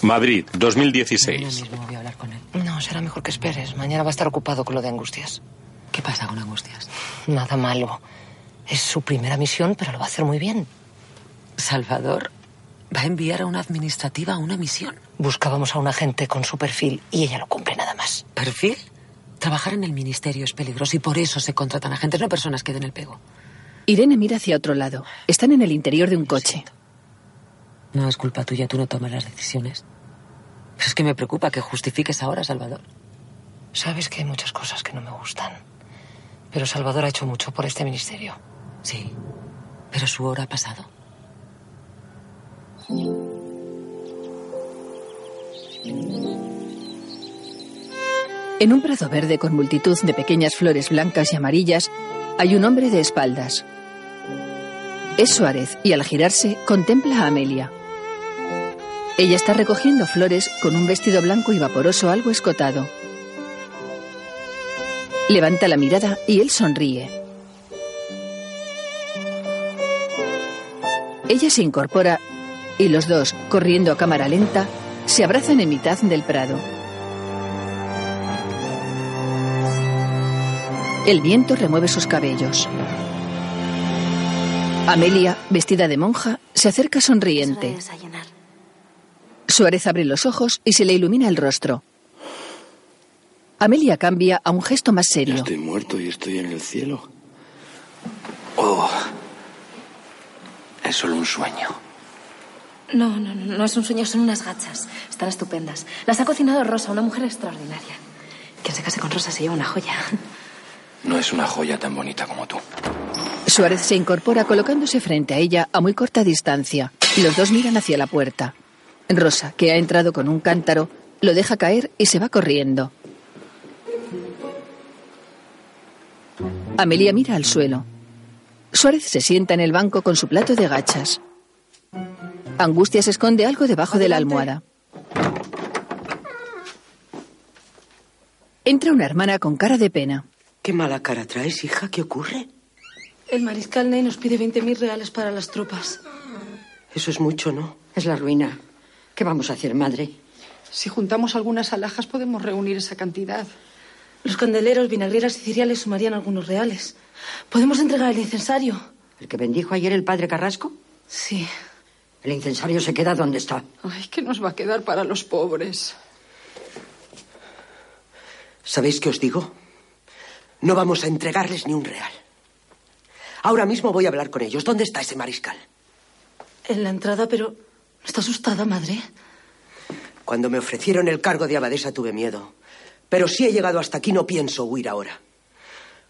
Speaker 4: Madrid, 2016.
Speaker 13: Mismo voy a hablar con él. No, será mejor que esperes. Mañana va a estar ocupado con lo de Angustias. ¿Qué pasa con Angustias? Nada malo. Es su primera misión, pero lo va a hacer muy bien. Salvador va a enviar a una administrativa a una misión. Buscábamos a un agente con su perfil y ella lo cumple nada más. ¿Perfil? Trabajar en el ministerio es peligroso y por eso se contratan agentes, no personas que den el pego.
Speaker 1: Irene mira hacia otro lado. Están en el interior de un coche.
Speaker 13: No es culpa tuya, tú no tomas las decisiones. Pero Pues es que me preocupa que justifiques ahora, Salvador. Sabes que hay muchas cosas que no me gustan. Pero Salvador ha hecho mucho por este ministerio. Sí, pero su hora ha pasado.
Speaker 1: En un prado verde con multitud de pequeñas flores blancas y amarillas, hay un hombre de espaldas. Es Suárez y al girarse contempla a Amelia. Ella está recogiendo flores con un vestido blanco y vaporoso algo escotado. Levanta la mirada y él sonríe. Ella se incorpora y los dos, corriendo a cámara lenta, se abrazan en mitad del prado. El viento remueve sus cabellos. Amelia, vestida de monja, se acerca sonriente. Suárez abre los ojos y se le ilumina el rostro. Amelia cambia a un gesto más serio.
Speaker 26: Estoy muerto y estoy en el cielo. Oh, es solo un sueño.
Speaker 27: No, no, no, no es un sueño, son unas gachas. Están estupendas. Las ha cocinado Rosa, una mujer extraordinaria. Quien se case con Rosa se lleva una joya.
Speaker 26: No es una joya tan bonita como tú.
Speaker 1: Suárez se incorpora colocándose frente a ella a muy corta distancia. Los dos miran hacia la puerta. Rosa, que ha entrado con un cántaro, lo deja caer y se va corriendo. Amelia mira al suelo. Suárez se sienta en el banco con su plato de gachas. Angustias esconde algo debajo de la almohada. Entra una hermana con cara de pena.
Speaker 12: Qué mala cara traes, hija, ¿qué ocurre?
Speaker 7: El mariscal Ney nos pide 20.000 reales para las tropas.
Speaker 12: Eso es mucho, ¿no?
Speaker 7: Es la ruina. ¿Qué vamos a hacer, madre? Si juntamos algunas alhajas podemos reunir esa cantidad. Los candeleros, vinagreras y cereales sumarían algunos reales. Podemos entregar el incensario.
Speaker 21: ¿El que bendijo ayer el padre Carrasco?
Speaker 7: Sí.
Speaker 21: El incensario se queda donde está.
Speaker 7: Ay, ¿qué nos va a quedar para los pobres?
Speaker 12: ¿Sabéis qué os digo? No vamos a entregarles ni un real. Ahora mismo voy a hablar con ellos. ¿Dónde está ese mariscal?
Speaker 7: En la entrada, pero... ¿No está asustada, madre?
Speaker 12: Cuando me ofrecieron el cargo de abadesa tuve miedo. Pero si he llegado hasta aquí no pienso huir ahora.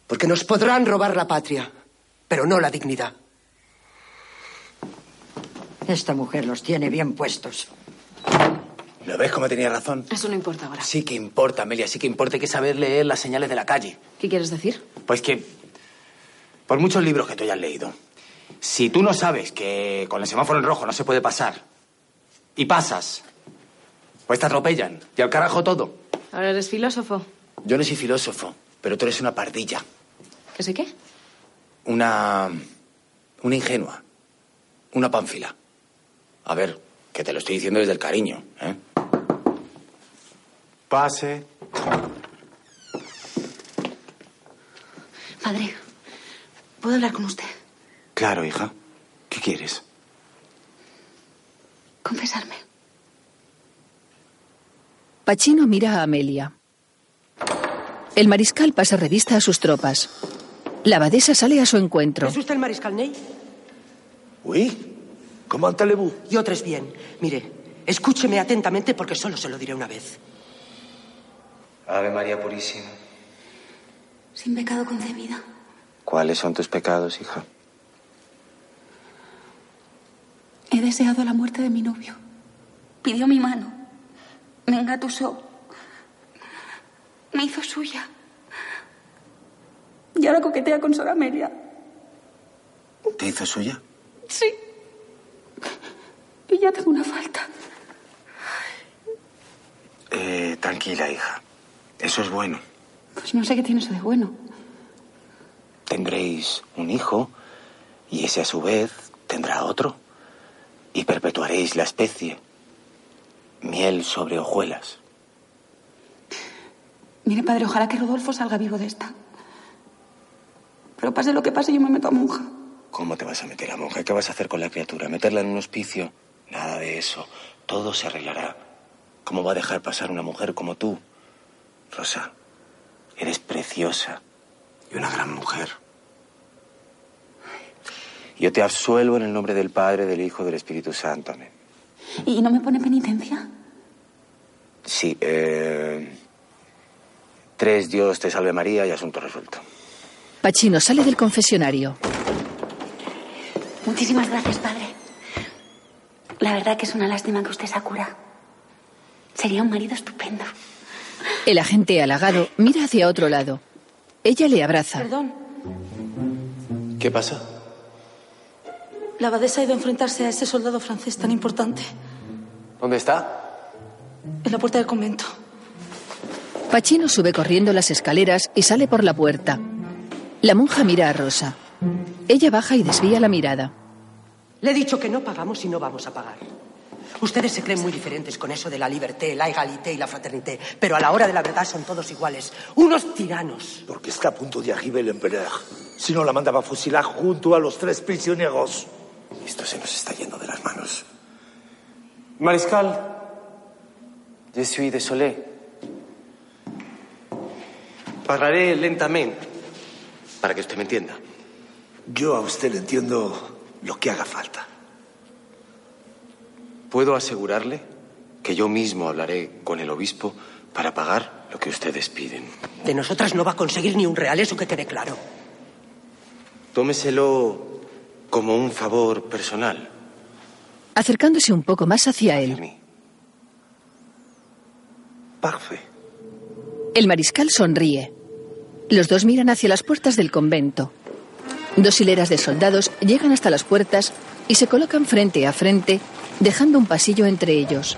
Speaker 12: Porque nos podrán robar la patria, pero no la dignidad.
Speaker 21: Esta mujer los tiene bien puestos.
Speaker 5: ¿Lo ves como tenía razón?
Speaker 7: Eso no importa ahora.
Speaker 5: Sí que importa, Amelia, sí que importa. Hay que saber leer las señales de la calle.
Speaker 7: ¿Qué quieres decir?
Speaker 5: Pues que, por muchos libros que tú hayas leído, si tú no sabes que con el semáforo en rojo no se puede pasar, y pasas, pues te atropellan, y al carajo todo.
Speaker 7: Ahora eres filósofo.
Speaker 5: Yo no soy filósofo, pero tú eres una pardilla,
Speaker 7: ¿Qué sé qué?
Speaker 5: una... una ingenua, una pánfila. A ver, que te lo estoy diciendo desde el cariño, ¿eh?
Speaker 24: Pase.
Speaker 7: Padre, ¿puedo hablar con usted?
Speaker 5: Claro, hija. ¿Qué quieres?
Speaker 7: Confesarme.
Speaker 1: Pachino mira a Amelia. El mariscal pasa revista a sus tropas. La abadesa sale a su encuentro.
Speaker 12: ¿Es usted el mariscal Ney?
Speaker 28: Oui. ¿Cómo vous?
Speaker 12: Y otros bien. Mire, escúcheme atentamente porque solo se lo diré una vez.
Speaker 29: Ave María Purísima.
Speaker 11: sin pecado concebido.
Speaker 5: ¿Cuáles son tus pecados, hija?
Speaker 11: He deseado la muerte de mi novio. Pidió mi mano. Me engatusó. Me hizo suya. Y ahora coquetea con Sor Amelia.
Speaker 5: ¿Te hizo suya?
Speaker 11: Sí. Y ya tengo una falta.
Speaker 5: Eh, tranquila, hija. Eso es bueno.
Speaker 11: Pues no sé qué tiene eso de bueno.
Speaker 5: Tendréis un hijo y ese a su vez tendrá otro. Y perpetuaréis la especie. Miel sobre hojuelas.
Speaker 11: Mire, padre, ojalá que Rodolfo salga vivo de esta. Pero pase lo que pase, yo me meto a monja.
Speaker 5: ¿Cómo te vas a meter a monja? ¿Qué vas a hacer con la criatura? ¿Meterla en un hospicio? Nada de eso. Todo se arreglará. ¿Cómo va a dejar pasar una mujer como tú? Rosa, eres preciosa y una gran mujer. Yo te absuelvo en el nombre del Padre, del Hijo, del Espíritu Santo. Amén.
Speaker 11: ¿Y no me pone penitencia?
Speaker 5: Sí, eh, tres Dios te salve María y asunto resuelto.
Speaker 1: Pachino sale del confesionario.
Speaker 14: Muchísimas gracias, padre. La verdad que es una lástima que usted sea cura. Sería un marido estupendo.
Speaker 1: El agente halagado mira hacia otro lado. Ella le abraza.
Speaker 15: Perdón,
Speaker 5: ¿Qué pasa?
Speaker 15: la abadesa ha ido a enfrentarse a ese soldado francés tan importante
Speaker 30: ¿Dónde está?
Speaker 15: en la puerta del convento.
Speaker 1: Pachino sube corriendo las escaleras y sale por la puerta. La monja mira a Rosa. Ella baja y desvía la mirada.
Speaker 31: Le he dicho que no pagamos y no vamos a pagar. Ustedes se creen muy diferentes con eso de la liberté, la egalité y la fraternité, pero a la hora de la verdad son todos iguales. Unos tiranos.
Speaker 18: Porque está a punto de arriba el emperador. Si no, la mandaba a fusilar junto a los tres prisioneros.
Speaker 2: Esto se nos está yendo de las manos.
Speaker 30: Mariscal, je suis désolé. Parlaré lentamente para que usted me entienda.
Speaker 18: Yo a usted le entiendo lo que haga falta.
Speaker 5: Puedo asegurarle que yo mismo hablaré con el obispo para pagar lo que ustedes piden.
Speaker 31: De nosotras no va a conseguir ni un real, eso que quede claro.
Speaker 5: Tómeselo como un favor personal.
Speaker 1: Acercándose un poco más hacia él,
Speaker 18: Parfait.
Speaker 1: el mariscal sonríe. Los dos miran hacia las puertas del convento. Dos hileras de soldados llegan hasta las puertas y se colocan frente a frente, dejando un pasillo entre ellos.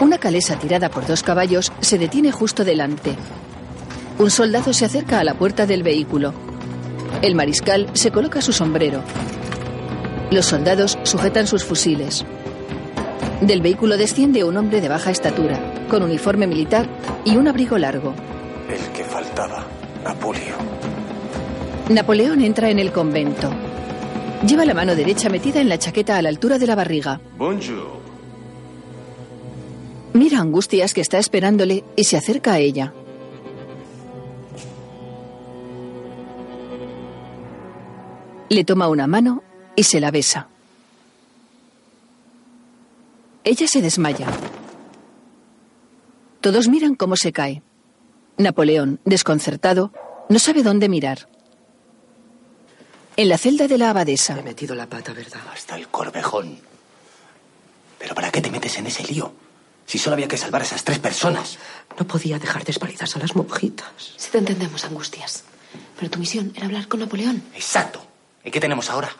Speaker 1: Una calesa tirada por dos caballos se detiene justo delante. Un soldado se acerca a la puerta del vehículo. El mariscal se coloca su sombrero. Los soldados sujetan sus fusiles. Del vehículo desciende un hombre de baja estatura, con uniforme militar y un abrigo largo.
Speaker 2: El que faltaba, Napoleón.
Speaker 1: Napoleón entra en el convento. Lleva la mano derecha metida en la chaqueta a la altura de la barriga.
Speaker 6: Bonjour.
Speaker 1: Mira a Angustias que está esperándole y se acerca a ella. Le toma una mano y se la besa. Ella se desmaya. Todos miran cómo se cae. Napoleón, desconcertado, no sabe dónde mirar. En la celda de la abadesa,
Speaker 31: He metido la pata, ¿verdad?
Speaker 5: Hasta el corvejón. ¿Pero para qué te metes en ese lío? Si solo había que salvar a esas tres personas.
Speaker 31: No podía dejar desvalidas a las monjitas.
Speaker 15: Si te entendemos, Angustias. Pero tu misión era hablar con Napoleón.
Speaker 5: Exacto. ¿Y qué tenemos ahora?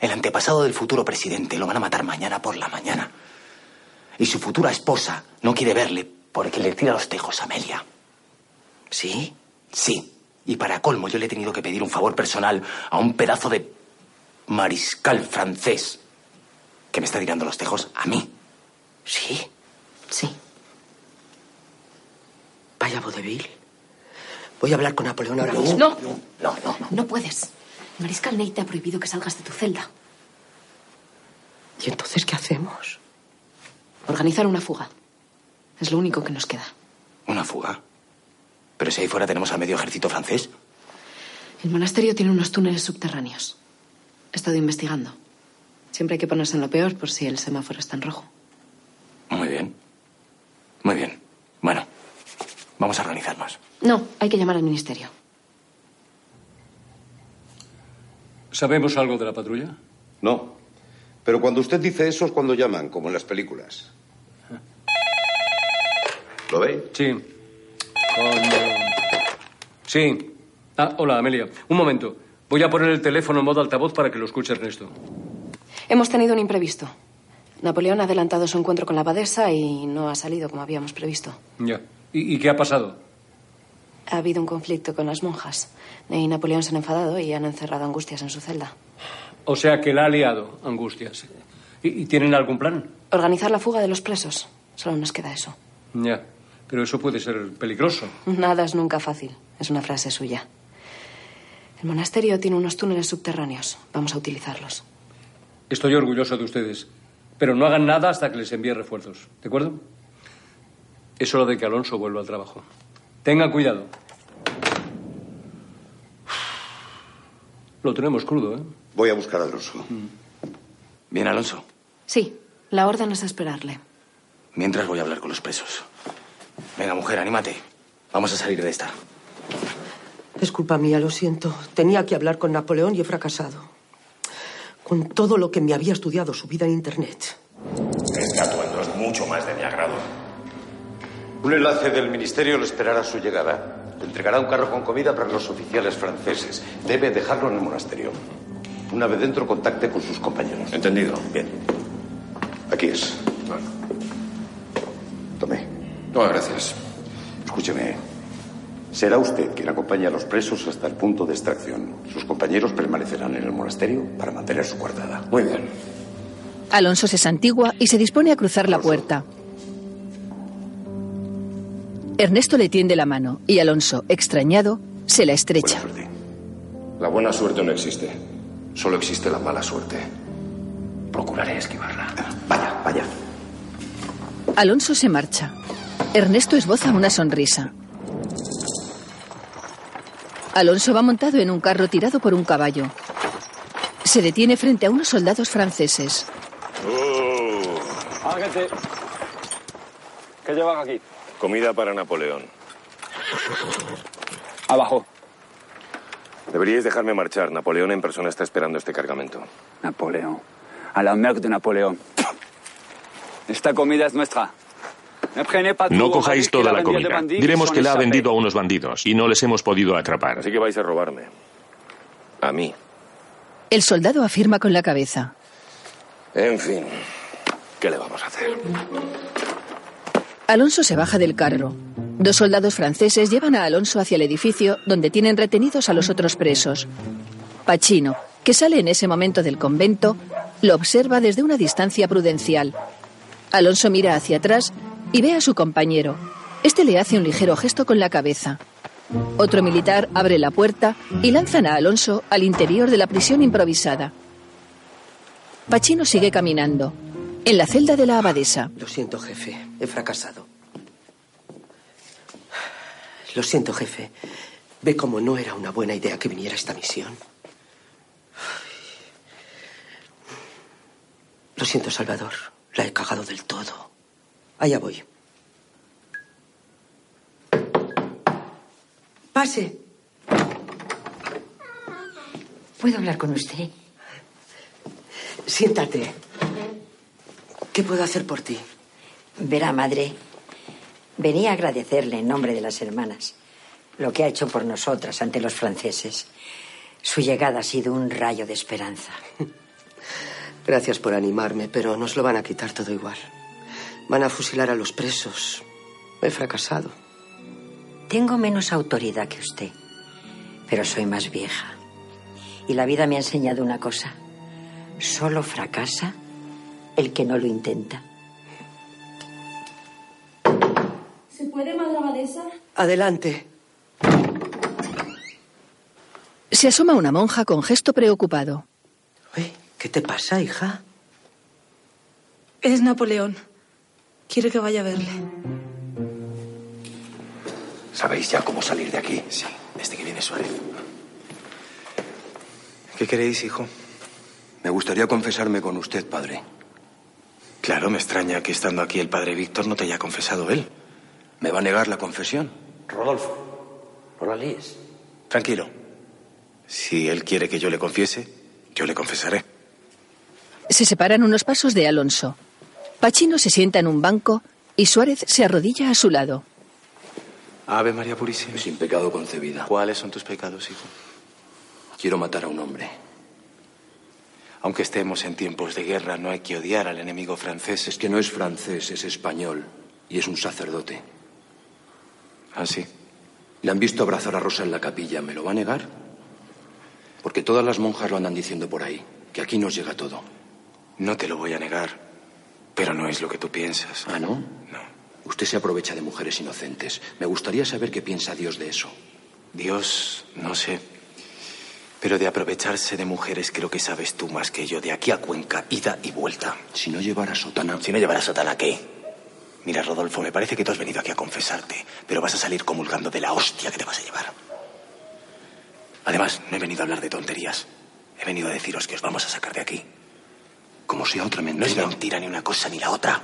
Speaker 5: El antepasado del futuro presidente lo van a matar mañana por la mañana. Y su futura esposa no quiere verle porque le tira los tejos a Amelia. ¿Sí? Sí. Y para colmo yo le he tenido que pedir un favor personal a un pedazo de mariscal francés que me está tirando los tejos a mí. ¿Sí?
Speaker 31: Sí. Vaya vodevil. Voy a hablar con Napoleón ahora mismo.
Speaker 7: No.
Speaker 5: No, no.
Speaker 7: No puedes. El Mariscal Ney te ha prohibido que salgas de tu celda.
Speaker 31: ¿Y entonces qué hacemos?
Speaker 7: Organizar una fuga. Es lo único que nos queda.
Speaker 5: ¿Una fuga? Pero si ahí fuera tenemos a medio ejército francés.
Speaker 7: El monasterio tiene unos túneles subterráneos. He estado investigando. Siempre hay que ponerse en lo peor por si el semáforo está en rojo.
Speaker 5: Muy bien. Muy bien. Vamos a organizarnos.
Speaker 7: No, hay que llamar al ministerio.
Speaker 6: ¿Sabemos algo de la patrulla?
Speaker 9: No. Pero cuando usted dice eso es cuando llaman, como en las películas. ¿Lo ve?
Speaker 6: Sí. Con, eh, Sí. Ah, hola, Amelia. Un momento. Voy a poner el teléfono en modo altavoz para que lo escuche Ernesto.
Speaker 7: Hemos tenido un imprevisto. Napoleón ha adelantado su encuentro con la abadesa y no ha salido como habíamos previsto.
Speaker 6: Ya. ¿Y, y qué ha pasado?
Speaker 7: Ha habido un conflicto con las monjas. Y Napoleón se han enfadado y han encerrado a Angustias en su celda.
Speaker 6: O sea que la ha liado, Angustias. ¿Y, y tienen algún plan?
Speaker 7: Organizar la fuga de los presos. Solo nos queda eso.
Speaker 6: Ya. Pero eso puede ser peligroso.
Speaker 7: Nada es nunca fácil. Es una frase suya. El monasterio tiene unos túneles subterráneos. Vamos a utilizarlos.
Speaker 6: Estoy orgulloso de ustedes. Pero no hagan nada hasta que les envíe refuerzos. ¿De acuerdo? Es hora de que Alonso vuelva al trabajo. Tengan cuidado. Lo tenemos crudo, ¿eh?
Speaker 9: Voy a buscar a Alonso.
Speaker 5: Bien, Alonso.
Speaker 7: Sí, la orden es esperarle.
Speaker 5: Mientras voy a hablar con los presos. Venga, mujer, anímate. Vamos a salir de esta.
Speaker 12: Es culpa mía, lo siento. Tenía que hablar con Napoleón y he fracasado. Con todo lo que me había estudiado su vida en Internet.
Speaker 32: Este atuendo es mucho más de mi agrado.
Speaker 9: Un enlace del ministerio le esperará su llegada. Le entregará un carro con comida para los oficiales franceses. Debe dejarlo en el monasterio. Una vez dentro, contacte con sus compañeros.
Speaker 32: Entendido.
Speaker 9: Bien. Aquí es. Tome.
Speaker 33: No, gracias.
Speaker 9: Escúcheme. Será usted quien acompañe a los presos hasta el punto de extracción. Sus compañeros permanecerán en el monasterio para mantener su guardada.
Speaker 33: Muy bien.
Speaker 1: Alonso se santigua y se dispone a cruzar la puerta. Ernesto le tiende la mano y Alonso, extrañado, se la estrecha.
Speaker 33: La buena suerte no existe. Solo existe la mala suerte. Procuraré esquivarla. Vaya, vaya.
Speaker 1: Alonso se marcha. Ernesto esboza una sonrisa. Alonso va montado en un carro tirado por un caballo. Se detiene frente a unos soldados franceses.
Speaker 2: Oh.
Speaker 34: Ángel, ¿qué llevas aquí?
Speaker 2: Comida para Napoleón.
Speaker 34: Abajo.
Speaker 2: Deberíais dejarme marchar. Napoleón en persona está esperando este cargamento.
Speaker 34: Napoleón. A la merda de Napoleón. Esta comida es nuestra. Ne prenez pas
Speaker 4: No
Speaker 34: tout,
Speaker 4: cojáis
Speaker 34: sabéis que
Speaker 4: toda la
Speaker 34: vendía de
Speaker 4: comida.
Speaker 34: bandits,
Speaker 4: Diremos
Speaker 34: son
Speaker 4: que la ha
Speaker 34: escapés.
Speaker 4: vendido a unos bandidos y no les hemos podido atrapar.
Speaker 2: Así que vais a robarme. A mí.
Speaker 1: El soldado afirma con la cabeza.
Speaker 2: En fin. ¿Qué le vamos a hacer?
Speaker 1: Alonso se baja del carro. Dos soldados franceses llevan a Alonso hacia el edificio donde tienen retenidos a los otros presos. Pachino, que sale en ese momento del convento, lo observa desde una distancia prudencial. Alonso mira hacia atrás y ve a su compañero. Este le hace un ligero gesto con la cabeza. Otro militar abre la puerta y lanzan a Alonso al interior de la prisión improvisada. Pachino sigue caminando. En la celda de la abadesa.
Speaker 12: Lo siento, jefe. He fracasado. Lo siento, jefe. Ve cómo no era una buena idea que viniera esta misión. Lo siento, Salvador. La he cagado del todo. Allá voy. Pase.
Speaker 35: ¿Puedo hablar con usted?
Speaker 12: Siéntate. ¿Qué puedo hacer por ti?
Speaker 35: Verá, madre.
Speaker 21: Venía a agradecerle en nombre de las hermanas lo que ha hecho por nosotras ante los franceses. Su llegada ha sido un rayo de esperanza.
Speaker 12: Gracias por animarme, pero nos lo van a quitar todo igual. Van a fusilar a los presos. He fracasado.
Speaker 21: Tengo menos autoridad que usted, pero soy más vieja. Y la vida me ha enseñado una cosa. Solo fracasa el que no lo intenta.
Speaker 36: ¿Se puede, madre abadesa?
Speaker 12: Adelante.
Speaker 1: Se asoma una monja con gesto preocupado.
Speaker 12: ¿Qué te pasa, Ah, hija?
Speaker 37: Es Napoleón. Quiere que vaya a verle.
Speaker 5: ¿Sabéis ya cómo salir de aquí? Sí, desde que viene Suárez.
Speaker 38: ¿Qué queréis, hijo? Me gustaría confesarme con usted, padre.
Speaker 5: Claro, me extraña que estando aquí el padre Víctor no te haya confesado él.
Speaker 38: ¿Me va a negar la confesión?
Speaker 17: Rodolfo, no la líes.
Speaker 5: Tranquilo. Si él quiere que yo le confiese, yo le confesaré.
Speaker 1: Se separan unos pasos de Alonso. Pachino se sienta en un banco y Suárez se arrodilla a su lado.
Speaker 23: Ave María Purísima. Sin pecado concebida. ¿Cuáles son tus pecados, hijo? Quiero matar a un hombre.
Speaker 5: Aunque estemos en tiempos de guerra, no hay que odiar al enemigo francés.
Speaker 23: Es que no es francés, es español. Y es un sacerdote.
Speaker 5: ¿Ah, sí?
Speaker 23: Le han visto abrazar a Rosa en la capilla. ¿Me lo va a negar? Porque todas las monjas lo andan diciendo por ahí. Que aquí nos llega todo.
Speaker 5: No te lo voy a negar. Pero no es lo que tú piensas.
Speaker 23: ¿Ah, no? No. Usted se aprovecha de mujeres inocentes. Me gustaría saber qué piensa Dios de eso.
Speaker 5: Dios, no sé. Pero de aprovecharse de mujeres creo que sabes tú más que yo. De aquí a Cuenca, ida y vuelta.
Speaker 23: Si no llevara sotana.
Speaker 5: Si no llevarás sotana, ¿qué? Mira, Rodolfo, me parece que tú has venido aquí a confesarte, pero vas a salir comulgando de la hostia que te vas a llevar. Además, no he venido a hablar de tonterías. He venido a deciros que os vamos a sacar de aquí.
Speaker 23: Como sea otra
Speaker 5: No es
Speaker 23: mentira.
Speaker 5: mentira ni una cosa ni la otra.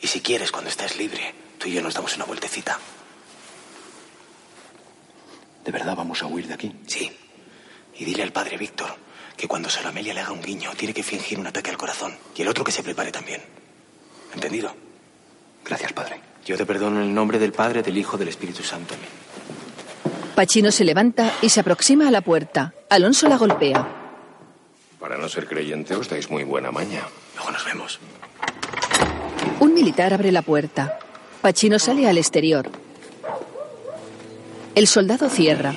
Speaker 5: Y si quieres, cuando estés libre, tú y yo nos damos una vueltecita.
Speaker 23: ¿De verdad vamos a huir de aquí?
Speaker 5: Sí. Y dile al padre Víctor que cuando Sor Amelia le haga un guiño, tiene que fingir un ataque al corazón. Y el otro que se prepare también. ¿Entendido?
Speaker 23: Gracias, padre.
Speaker 5: Yo te perdono en el nombre del Padre, del Hijo, del Espíritu Santo. Amén.
Speaker 1: Pachino se levanta y se aproxima a la puerta. Alonso la golpea.
Speaker 16: Para no ser creyente, os dais muy buena maña.
Speaker 5: Luego nos vemos.
Speaker 1: Un militar abre la puerta. Pachino sale al exterior. El soldado cierra.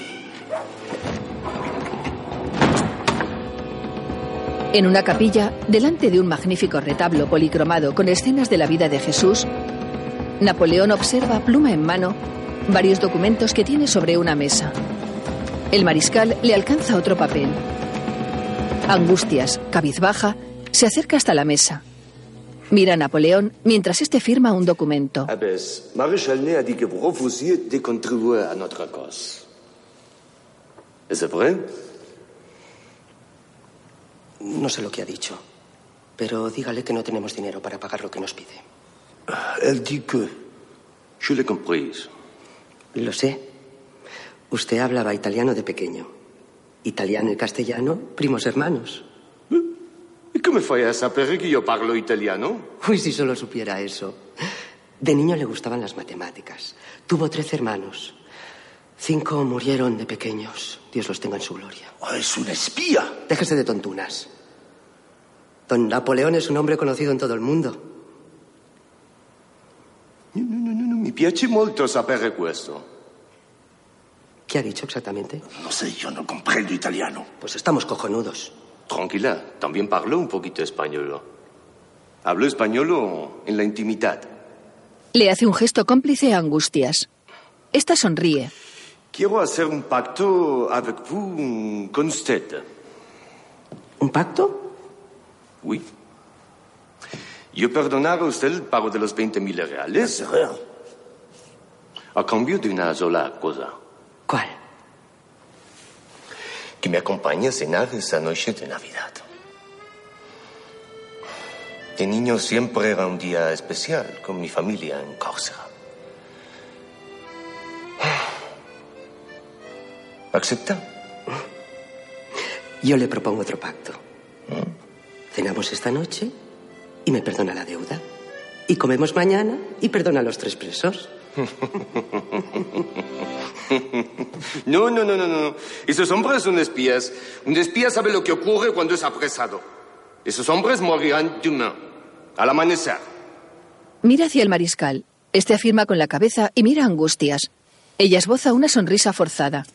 Speaker 1: En una capilla, delante de un magnífico retablo policromado con escenas de la vida de Jesús, Napoleón observa, pluma en mano, varios documentos que tiene sobre una mesa. El mariscal le alcanza otro papel. Angustias, cabizbaja, se acerca hasta la mesa. Mira a Napoleón mientras este firma un documento.
Speaker 39: Abbess, Ah, pues, Maréchal a dit que vous refusiez de contribuer à notre cause. ¿Es vrai?
Speaker 12: No sé lo que ha dicho, pero dígale que no tenemos dinero para pagar lo que nos pide.
Speaker 39: Elle dit que. Je l'ai comprise.
Speaker 12: Lo sé. Usted hablaba italiano de pequeño. Italiano y castellano, primos hermanos.
Speaker 39: ¿Y qué me falla a saber que yo parlo italiano?
Speaker 12: Uy, si solo supiera eso. De niño le gustaban las matemáticas. Tuvo trece hermanos. Cinco murieron de pequeños. Dios los tenga en su gloria.
Speaker 39: Ah, es un espía!
Speaker 12: Déjese de tontunas. Don Napoleón es un hombre conocido en todo el mundo.
Speaker 39: Mi piace molto sapere questo.
Speaker 12: ¿Qué ha dicho exactamente?
Speaker 39: No sé, yo no comprendo italiano.
Speaker 12: Pues estamos cojonudos.
Speaker 39: Tranquila, también parlo un poquito español. Hablo español en la intimidad.
Speaker 1: Le hace un gesto cómplice a Angustias. Esta sonríe.
Speaker 39: Quiero hacer un pacto avec vous, con usted.
Speaker 12: ¿Un pacto?
Speaker 39: Oui. Yo perdonar a usted el pago de los 20.000 reales. A cambio de una sola cosa.
Speaker 12: ¿Cuál?
Speaker 39: Que me acompañe a cenar esa noche de Navidad. De niño siempre era un día especial con mi familia en Córcega. ¿Acepta?
Speaker 12: Yo le propongo otro pacto. Cenamos esta noche y me perdona la deuda. Y comemos mañana y perdona a los tres presos.
Speaker 39: No, no, no, no, no. Esos hombres son espías. Un espía sabe lo que ocurre cuando es apresado. Esos hombres morirán demain, al amanecer.
Speaker 1: Mira hacia el mariscal. Este afirma con la cabeza y mira a Angustias. Ella esboza una sonrisa forzada.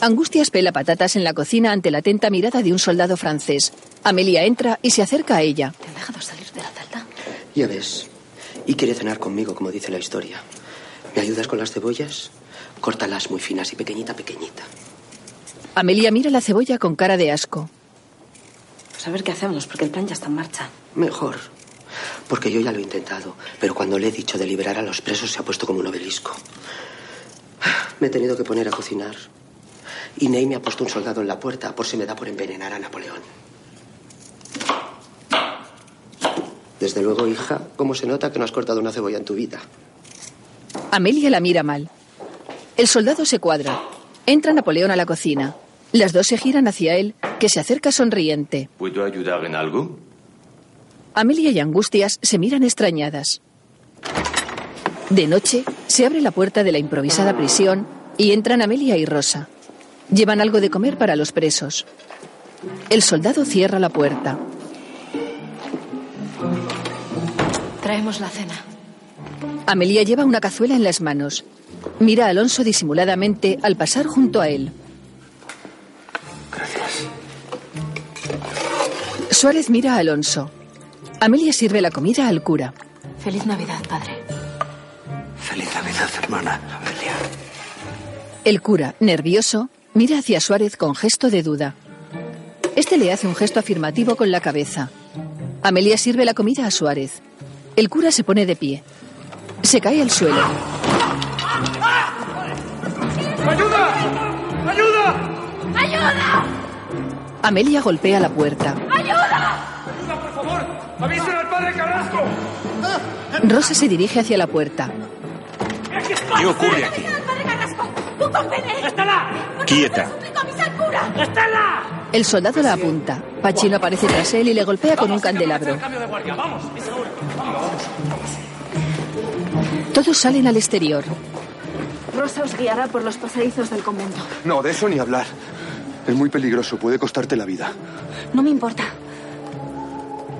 Speaker 1: Angustias pela patatas en la cocina ante la atenta mirada de un soldado francés. Amelia entra y se acerca a ella.
Speaker 7: ¿Te han dejado salir de la celda?
Speaker 12: Ya ves. Y quiere cenar conmigo, como dice la historia. ¿Me ayudas con las cebollas? Córtalas muy finas y pequeñita, pequeñita.
Speaker 1: Amelia mira la cebolla con cara de asco.
Speaker 7: Pues a ver qué hacemos, porque el plan ya está en marcha.
Speaker 12: Mejor. Porque yo ya lo he intentado, pero cuando le he dicho de liberar a los presos se ha puesto como un obelisco. Me he tenido que poner a cocinar. Y Ney me ha puesto un soldado en la puerta por si me da por envenenar a Napoleón. Desde luego, hija, cómo se nota que no has cortado una cebolla en tu vida.
Speaker 1: Amelia la mira mal. El soldado se cuadra. Entra Napoleón a la cocina. Las dos se giran hacia él, que se acerca sonriente.
Speaker 39: ¿Puedo ayudar en algo?
Speaker 1: Amelia y Angustias se miran extrañadas. De noche, se abre la puerta de la improvisada prisión y entran Amelia y Rosa. Llevan algo de comer para los presos. El soldado cierra la puerta.
Speaker 7: Traemos la cena.
Speaker 1: Amelia lleva una cazuela en las manos. Mira a Alonso disimuladamente al pasar junto a él. Gracias. Suárez mira a Alonso. Amelia sirve la comida al cura.
Speaker 7: Feliz Navidad, padre.
Speaker 3: Feliz Navidad, hermana. Amelia.
Speaker 1: El cura, nervioso, mira hacia Suárez con gesto de duda. Este le hace un gesto afirmativo con la cabeza. Amelia sirve la comida a Suárez. El cura se pone de pie. Se cae al suelo.
Speaker 11: ¡Ayuda! ¡Ayuda! ¡Ayuda!
Speaker 1: Amelia golpea la puerta.
Speaker 11: ¡Ayuda!
Speaker 6: por favor! ¡Avisen al padre Carrasco!
Speaker 11: Ah.
Speaker 1: Rosa se dirige hacia la puerta.
Speaker 4: ¿Qué ocurre aquí?
Speaker 11: ¡Tú convene! ¡Estela!
Speaker 4: Quieta.
Speaker 11: ¡Comisa al cura! ¡Estela!
Speaker 1: El soldado la apunta. Pachino aparece tras él y le golpea con un candelabro.
Speaker 11: ¡Cambio de guardia! ¡Vamos! ¡Es ahora! ¡Vamos!
Speaker 1: Todos salen al exterior.
Speaker 14: Rosa os guiará por los pasadizos del convento.
Speaker 3: No, de eso ni hablar. Es muy peligroso, puede costarte la vida.
Speaker 14: No me importa.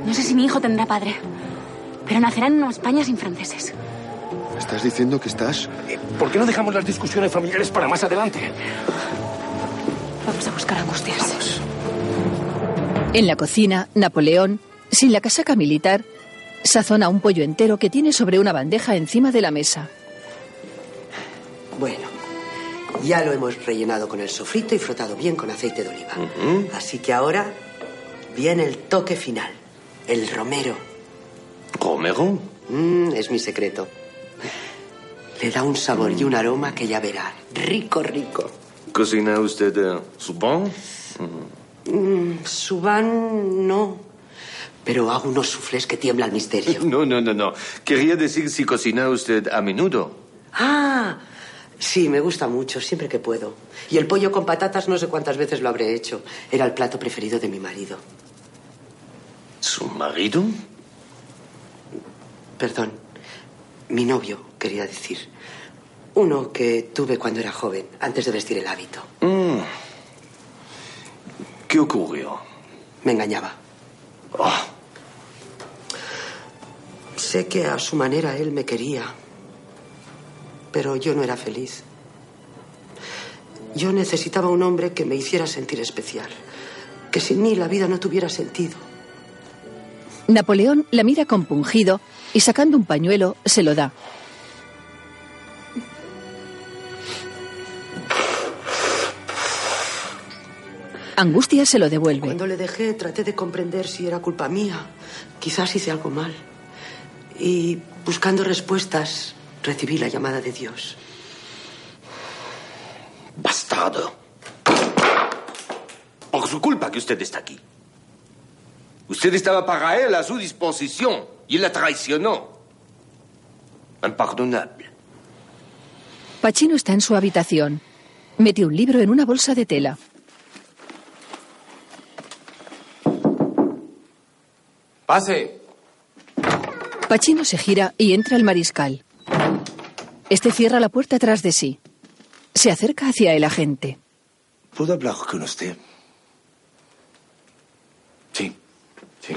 Speaker 14: No sé si mi hijo tendrá padre, pero nacerá en una España sin franceses.
Speaker 3: ¿Estás diciendo que estás?
Speaker 5: Eh,
Speaker 30: ¿Por qué no dejamos las discusiones familiares para más adelante?
Speaker 14: Vamos a buscar angustias.
Speaker 1: En la cocina, Napoleón, sin la casaca militar, sazona un pollo entero que tiene sobre una bandeja encima de la mesa.
Speaker 12: Bueno, ya lo hemos rellenado con el sofrito y frotado bien con aceite de oliva. Así que ahora viene el toque final, el romero.
Speaker 39: ¿Romero?
Speaker 12: Mm, es mi secreto. Le da un sabor y un aroma que ya verá. Rico, rico.
Speaker 39: ¿Cocina usted eh, su pan?
Speaker 12: Mm, Subán no, pero hago unos suflés que tiembla el misterio.
Speaker 39: No, no, no, no. Quería decir si cocina usted a menudo.
Speaker 12: Ah, sí, me gusta mucho, siempre que puedo. Y el pollo con patatas no sé cuántas veces lo habré hecho. Era el plato preferido de mi marido.
Speaker 39: ¿Su marido?
Speaker 12: Perdón, mi novio, quería decir. Uno que tuve cuando era joven, antes de vestir el hábito.
Speaker 39: Mm. ¿Qué ocurrió? Ah.
Speaker 12: Me engañaba. Sé que a su manera él me quería, pero yo no era feliz. Yo necesitaba un hombre que me hiciera sentir especial, que sin mí la vida no tuviera sentido.
Speaker 1: Napoleón la mira compungido y sacando un pañuelo se lo da. Angustia se lo devuelve.
Speaker 12: Cuando le dejé traté de comprender si era culpa mía, quizás hice algo mal. Y buscando respuestas recibí la llamada de Dios.
Speaker 39: Bastardo. Por su culpa que usted está aquí. Usted estaba para él a su disposición y él la traicionó. Impardonable.
Speaker 1: Pachino está en su habitación. Mete un libro en una bolsa de tela.
Speaker 30: Pase.
Speaker 1: Pachino se gira y entra el mariscal. Este cierra la puerta tras de sí. Se acerca hacia el agente.
Speaker 30: ¿Puedo hablar con usted? Sí. Sí.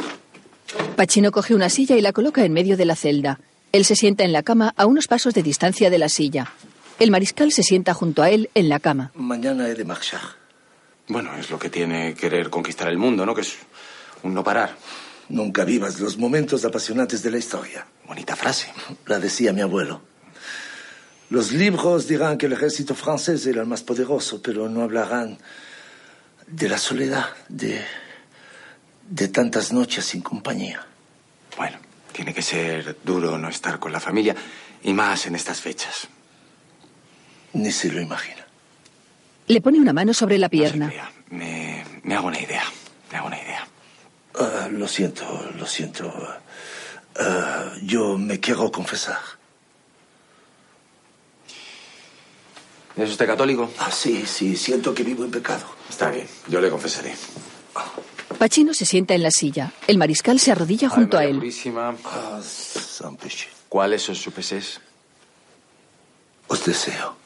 Speaker 1: Pachino coge una silla y la coloca en medio de la celda. Él se sienta en la cama a unos pasos de distancia de la silla. El mariscal se sienta junto a él en la cama.
Speaker 30: Mañana he de marchar.
Speaker 5: Bueno, es lo que tiene querer conquistar el mundo, ¿no? Que es un no parar.
Speaker 30: Nunca vivas los momentos apasionantes de la historia.
Speaker 5: Bonita frase.
Speaker 30: La decía mi abuelo. Los libros dirán que el ejército francés era el más poderoso, pero no hablarán de la soledad, de, de tantas noches sin compañía.
Speaker 5: Bueno, tiene que ser duro no estar con la familia y más en estas fechas.
Speaker 30: Ni se lo imagina.
Speaker 1: Le pone una mano sobre la pierna.
Speaker 5: Me, me hago una idea. Me hago una idea.
Speaker 30: Ah, lo siento, lo siento. Ah, yo me quiero confesar.
Speaker 5: ¿Es usted católico?
Speaker 23: Ah, sí, sí, siento que vivo en pecado.
Speaker 5: Está bien, yo le confesaré.
Speaker 1: Pachino se sienta en la silla. El mariscal se arrodilla junto a él.
Speaker 23: Ah,
Speaker 5: ¿Cuáles son sus peces?
Speaker 23: Os deseo.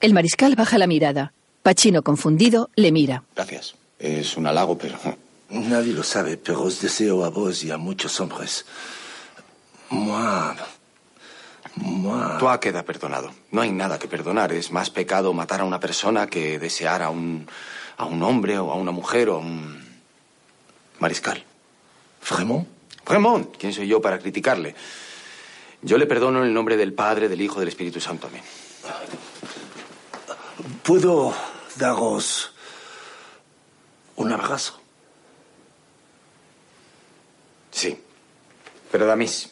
Speaker 1: El mariscal baja la mirada. Pachino, confundido, le mira.
Speaker 5: Gracias. Es un halago, pero.
Speaker 23: Nadie lo sabe, pero os deseo a vos y a muchos hombres. Moi. Moi.
Speaker 5: Tú queda perdonado. No hay nada que perdonar. Es más pecado matar a una persona que desear a un. a un hombre o a una mujer o a un. mariscal.
Speaker 23: ¿Fremont?
Speaker 5: Fremont. ¿Quién soy yo para criticarle? Yo le perdono en el nombre del Padre, del Hijo, del Espíritu Santo. Amén.
Speaker 23: ¿Puedo daros un abrazo?
Speaker 5: Sí. Pero Damis.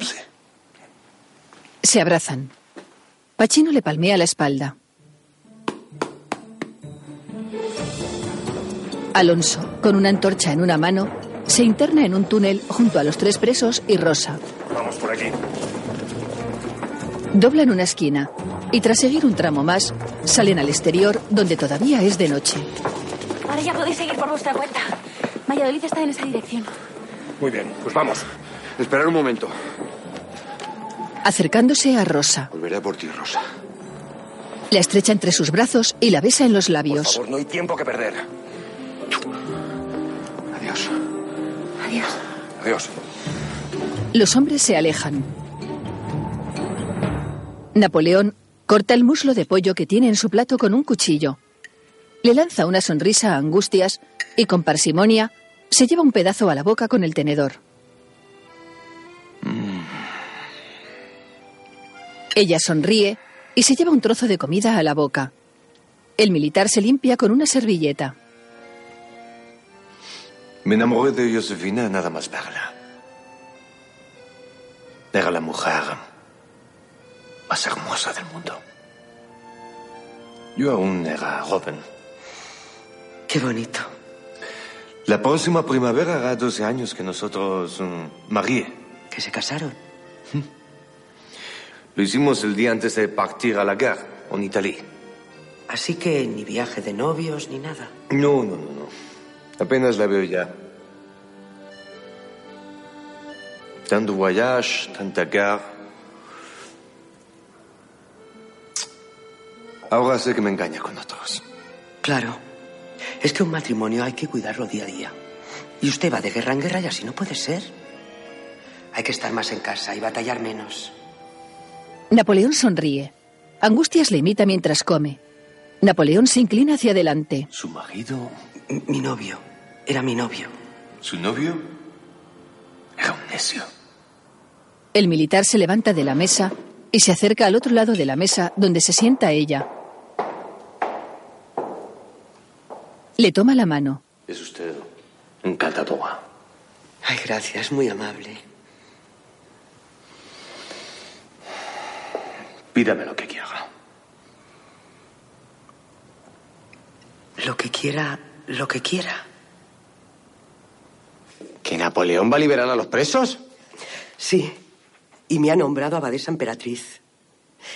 Speaker 23: Sí.
Speaker 1: Se abrazan. Pachino le palmea la espalda. Alonso, con una antorcha en una mano, se interna en un túnel junto a los tres presos y Rosa.
Speaker 16: Vamos por aquí.
Speaker 1: Doblan una esquina y tras seguir un tramo más, salen al exterior donde todavía es de noche.
Speaker 14: Ahora ya podéis seguir por vuestra cuenta. Valladolid está en esa dirección.
Speaker 16: Muy bien, pues vamos. Esperar un momento.
Speaker 1: Acercándose a Rosa,
Speaker 23: Volveré a por ti, Rosa.
Speaker 1: la estrecha entre sus brazos y la besa en los
Speaker 16: Por
Speaker 1: labios.
Speaker 16: favor, no hay tiempo que perder. Adiós.
Speaker 14: Adiós.
Speaker 16: Adiós.
Speaker 1: Los hombres se alejan. Napoleón corta el muslo de pollo que tiene en su plato con un cuchillo. Le lanza una sonrisa a Angustias y con parsimonia se lleva un pedazo a la boca con el tenedor. Ella sonríe y se lleva un trozo de comida a la boca. El militar se limpia con una servilleta.
Speaker 16: Me enamoré de Josefina nada más verla. Era la mujer más hermosa del mundo. Yo aún era joven.
Speaker 12: Qué bonito.
Speaker 16: La próxima primavera hará 12 años que nosotros... mm, marié.
Speaker 12: Que se casaron.
Speaker 16: Lo hicimos el día antes de partir a la guerra, en Italia.
Speaker 12: Así que ni viaje de novios ni nada.
Speaker 16: No, no, no, no. Apenas la veo ya. Tanto voyage, tanta guerra. Ahora sé que me engaña con otros.
Speaker 12: Claro. Es que un matrimonio hay que cuidarlo día a día. Y usted va de guerra en guerra y así no puede ser. Hay que estar más en casa y batallar menos.
Speaker 1: Napoleón sonríe. Angustias le imita mientras come. Napoleón se inclina hacia adelante.
Speaker 16: ¿Su marido?
Speaker 12: Mi novio. Era mi novio.
Speaker 16: ¿Su novio? Era un necio.
Speaker 1: El militar se levanta de la mesa y se acerca al otro lado de la mesa donde se sienta ella. Le toma la mano.
Speaker 16: Es usted encantadora.
Speaker 12: Ay, gracias, muy amable.
Speaker 16: Pídame lo que quiera.
Speaker 12: Lo que quiera, lo que quiera.
Speaker 5: ¿Que Napoleón va a liberar a los presos?
Speaker 12: Sí. Y me ha nombrado abadesa emperatriz.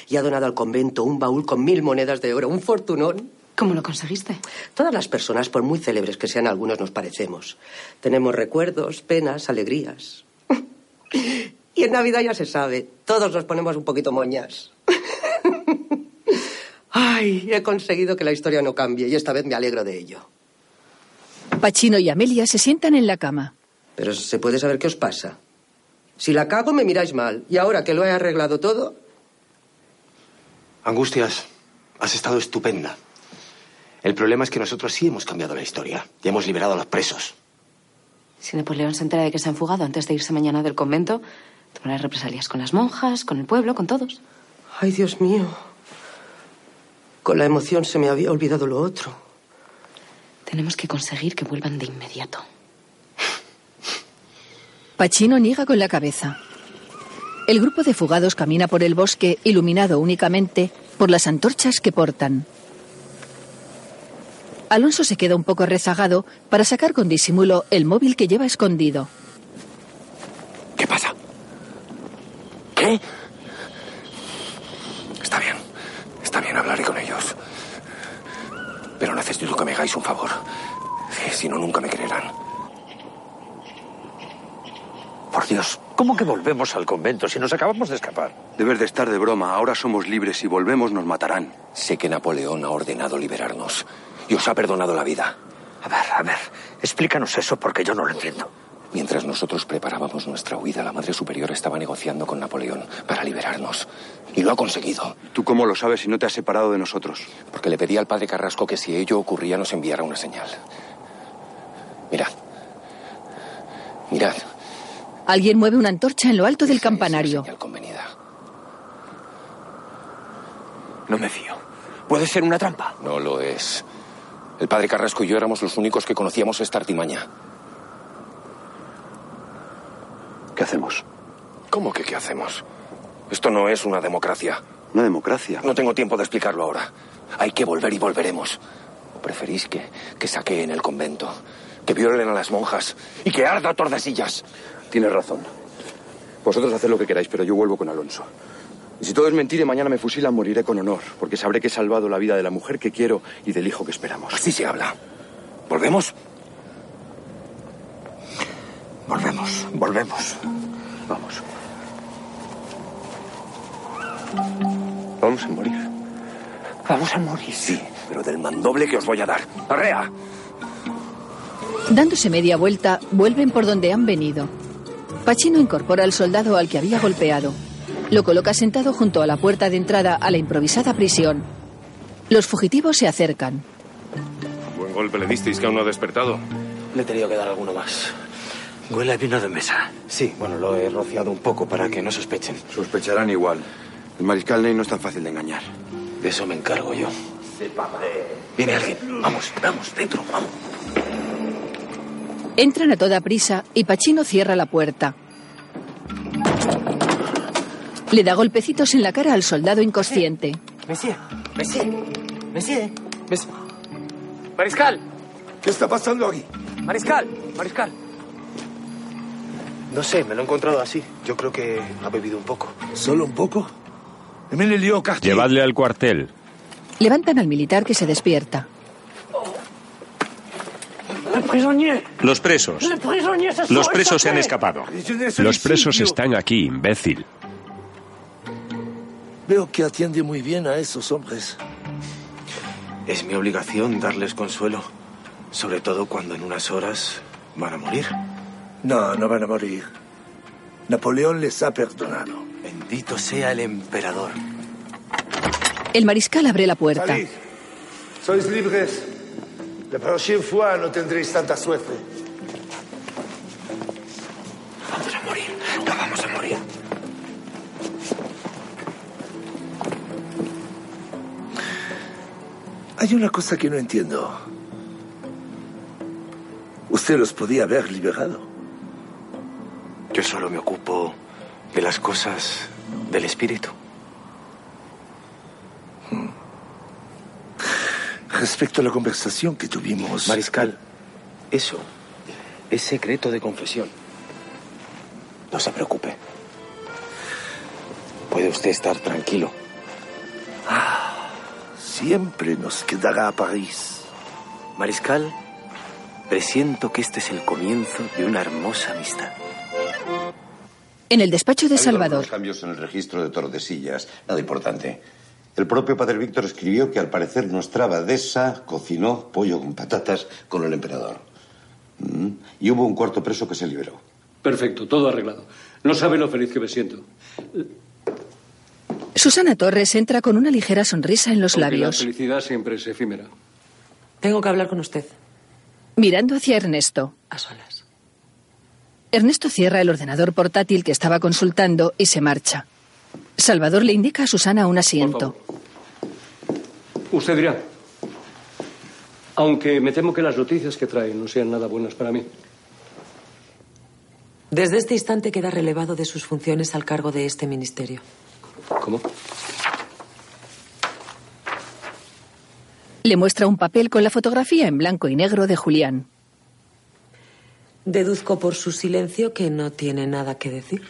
Speaker 12: Y ha donado al convento un baúl con mil monedas de oro, un fortunón.
Speaker 7: ¿Cómo lo conseguiste?
Speaker 12: Todas las personas, por muy célebres que sean algunos, nos parecemos. Tenemos recuerdos, penas, alegrías. Y en Navidad ya se sabe, todos nos ponemos un poquito moñas. Ay, he conseguido que la historia no cambie y esta vez me alegro de ello.
Speaker 1: Pachino y Amelia se sientan en la cama.
Speaker 12: Pero se puede saber qué os pasa. Si la cago me miráis mal y ahora que lo he arreglado todo,
Speaker 5: Angustias, has estado estupenda. El problema es que nosotros sí hemos cambiado la historia y hemos liberado a los presos.
Speaker 7: Si Napoleón se entera de que se han fugado antes de irse mañana del convento, tomará represalias con las monjas, con el pueblo, con todos.
Speaker 12: Ay, Dios mío. Con la emoción se me había olvidado lo otro.
Speaker 7: Tenemos que conseguir que vuelvan de inmediato.
Speaker 1: Pachino niega con la cabeza. El grupo de fugados camina por el bosque iluminado únicamente por las antorchas que portan. Alonso se queda un poco rezagado para sacar con disimulo el móvil que lleva escondido.
Speaker 16: ¿Qué pasa?
Speaker 5: ¿Qué?
Speaker 16: Está bien.
Speaker 2: que me hagáis un favor. Eh, Si no, nunca me creerán.
Speaker 40: Por Dios, ¿cómo que volvemos al convento si nos acabamos de escapar?
Speaker 5: Debes de estar de broma. Ahora somos libres. Si volvemos, nos matarán. Sé que Napoleón ha ordenado liberarnos. Y os ha perdonado la vida.
Speaker 40: A ver, a ver, explícanos eso porque yo no lo entiendo.
Speaker 5: Mientras nosotros preparábamos nuestra huida, la Madre Superior estaba negociando con Napoleón para liberarnos. Y lo ha conseguido. ¿Tú cómo lo sabes si no te has separado de nosotros? Porque le pedí al padre Carrasco que si ello ocurría nos enviara una señal. Mirad. Mirad.
Speaker 1: Alguien mueve una antorcha en lo alto del campanario.
Speaker 5: No me fío. ¿Puede ser una trampa? No lo es. El padre Carrasco y yo éramos los únicos que conocíamos esta artimaña. ¿Qué hacemos? ¿Cómo que qué hacemos? Esto no es una democracia. Una democracia. No tengo tiempo de explicarlo ahora. Hay que volver y volveremos. ¿O preferís que, que saqueen el convento, que violen a las monjas y que arda Tordesillas? Tienes razón. Vosotros haced lo que queráis, pero yo vuelvo con Alonso. Y si todo es mentira y mañana me fusilan, moriré con honor, porque sabré que he salvado la vida de la mujer que quiero y del hijo que esperamos. Así se habla. ¿Volvemos?
Speaker 40: Volvemos, volvemos.
Speaker 5: Vamos. Vamos a morir.
Speaker 40: Vamos a morir. Sí,
Speaker 5: pero del mandoble que os voy a dar. ¡Arrea!
Speaker 1: Dándose media vuelta, vuelven por donde han venido. Pachino incorpora al soldado al que había golpeado. Lo coloca sentado junto a la puerta de entrada a la improvisada prisión. Los fugitivos se acercan.
Speaker 2: Buen golpe le disteis que aún no ha despertado.
Speaker 12: Le he tenido que dar alguno más.
Speaker 40: Huele a vino de mesa.
Speaker 12: Sí, bueno, lo he rociado un poco para que no sospechen.
Speaker 5: Sospecharán igual. El mariscal Ney no es tan fácil de engañar.
Speaker 12: De eso me encargo yo. Viene alguien. Vamos, vamos, dentro, vamos.
Speaker 1: Entran a toda prisa y Pachino cierra la puerta. Le da golpecitos en la cara al soldado inconsciente.
Speaker 12: Monsieur, monsieur, monsieur, monsieur. Mariscal. ¿Qué está pasando aquí? Mariscal, mariscal.
Speaker 11: No sé, me lo he encontrado así. Yo creo que ha bebido un poco.
Speaker 18: ¿Solo un poco? Emilio Castillo.
Speaker 4: Llevadle al cuartel.
Speaker 1: Levantan al militar que se despierta.
Speaker 4: Los presos. Los presos se han escapado. Los presos están aquí, imbécil.
Speaker 18: Veo que atiende muy bien a esos hombres.
Speaker 11: Es mi obligación darles consuelo, sobre todo cuando en unas horas van a morir.
Speaker 18: No, no van a morir. Napoleón les ha perdonado.
Speaker 11: Bendito sea el emperador.
Speaker 1: El mariscal abre la puerta.
Speaker 18: Salid. Sois libres. La próxima fois no tendréis tanta suerte.
Speaker 11: Vamos a morir, no vamos a morir.
Speaker 18: Hay una cosa que no entiendo. Usted los podía haber liberado.
Speaker 11: Yo solo me ocupo de las cosas del espíritu.
Speaker 18: Respecto a la conversación que tuvimos.
Speaker 11: Mariscal, eso es secreto de confesión. No se preocupe. Puede usted estar tranquilo.
Speaker 18: Ah, Siempre nos quedará a París.
Speaker 11: Mariscal, presiento que este es el comienzo de una hermosa amistad.
Speaker 1: En el despacho de
Speaker 9: Ha habido
Speaker 1: Salvador.
Speaker 9: algunos cambios en el registro de Tordesillas, nada importante. El propio padre Víctor escribió que al parecer nuestra abadesa cocinó pollo con patatas con el emperador. Mm, Y hubo un cuarto preso que se liberó.
Speaker 6: Perfecto, todo arreglado. No sabe lo feliz que me siento.
Speaker 1: Susana Torres entra con una ligera sonrisa en los
Speaker 6: Aunque La
Speaker 1: labios,
Speaker 6: felicidad siempre es efímera.
Speaker 13: Tengo que hablar con usted.
Speaker 1: mirando hacia Ernesto.
Speaker 13: A solas.
Speaker 1: Ernesto cierra el ordenador portátil que estaba consultando y se marcha. Salvador le indica a Susana un asiento.
Speaker 6: Usted dirá. Aunque me temo que las noticias que traen no sean nada buenas para mí.
Speaker 13: Desde este instante queda relevado de sus funciones al cargo de este ministerio.
Speaker 6: ¿Cómo?
Speaker 1: Le muestra un papel con la fotografía en blanco y negro de Julián.
Speaker 13: Deduzco por su silencio que no tiene nada que decir.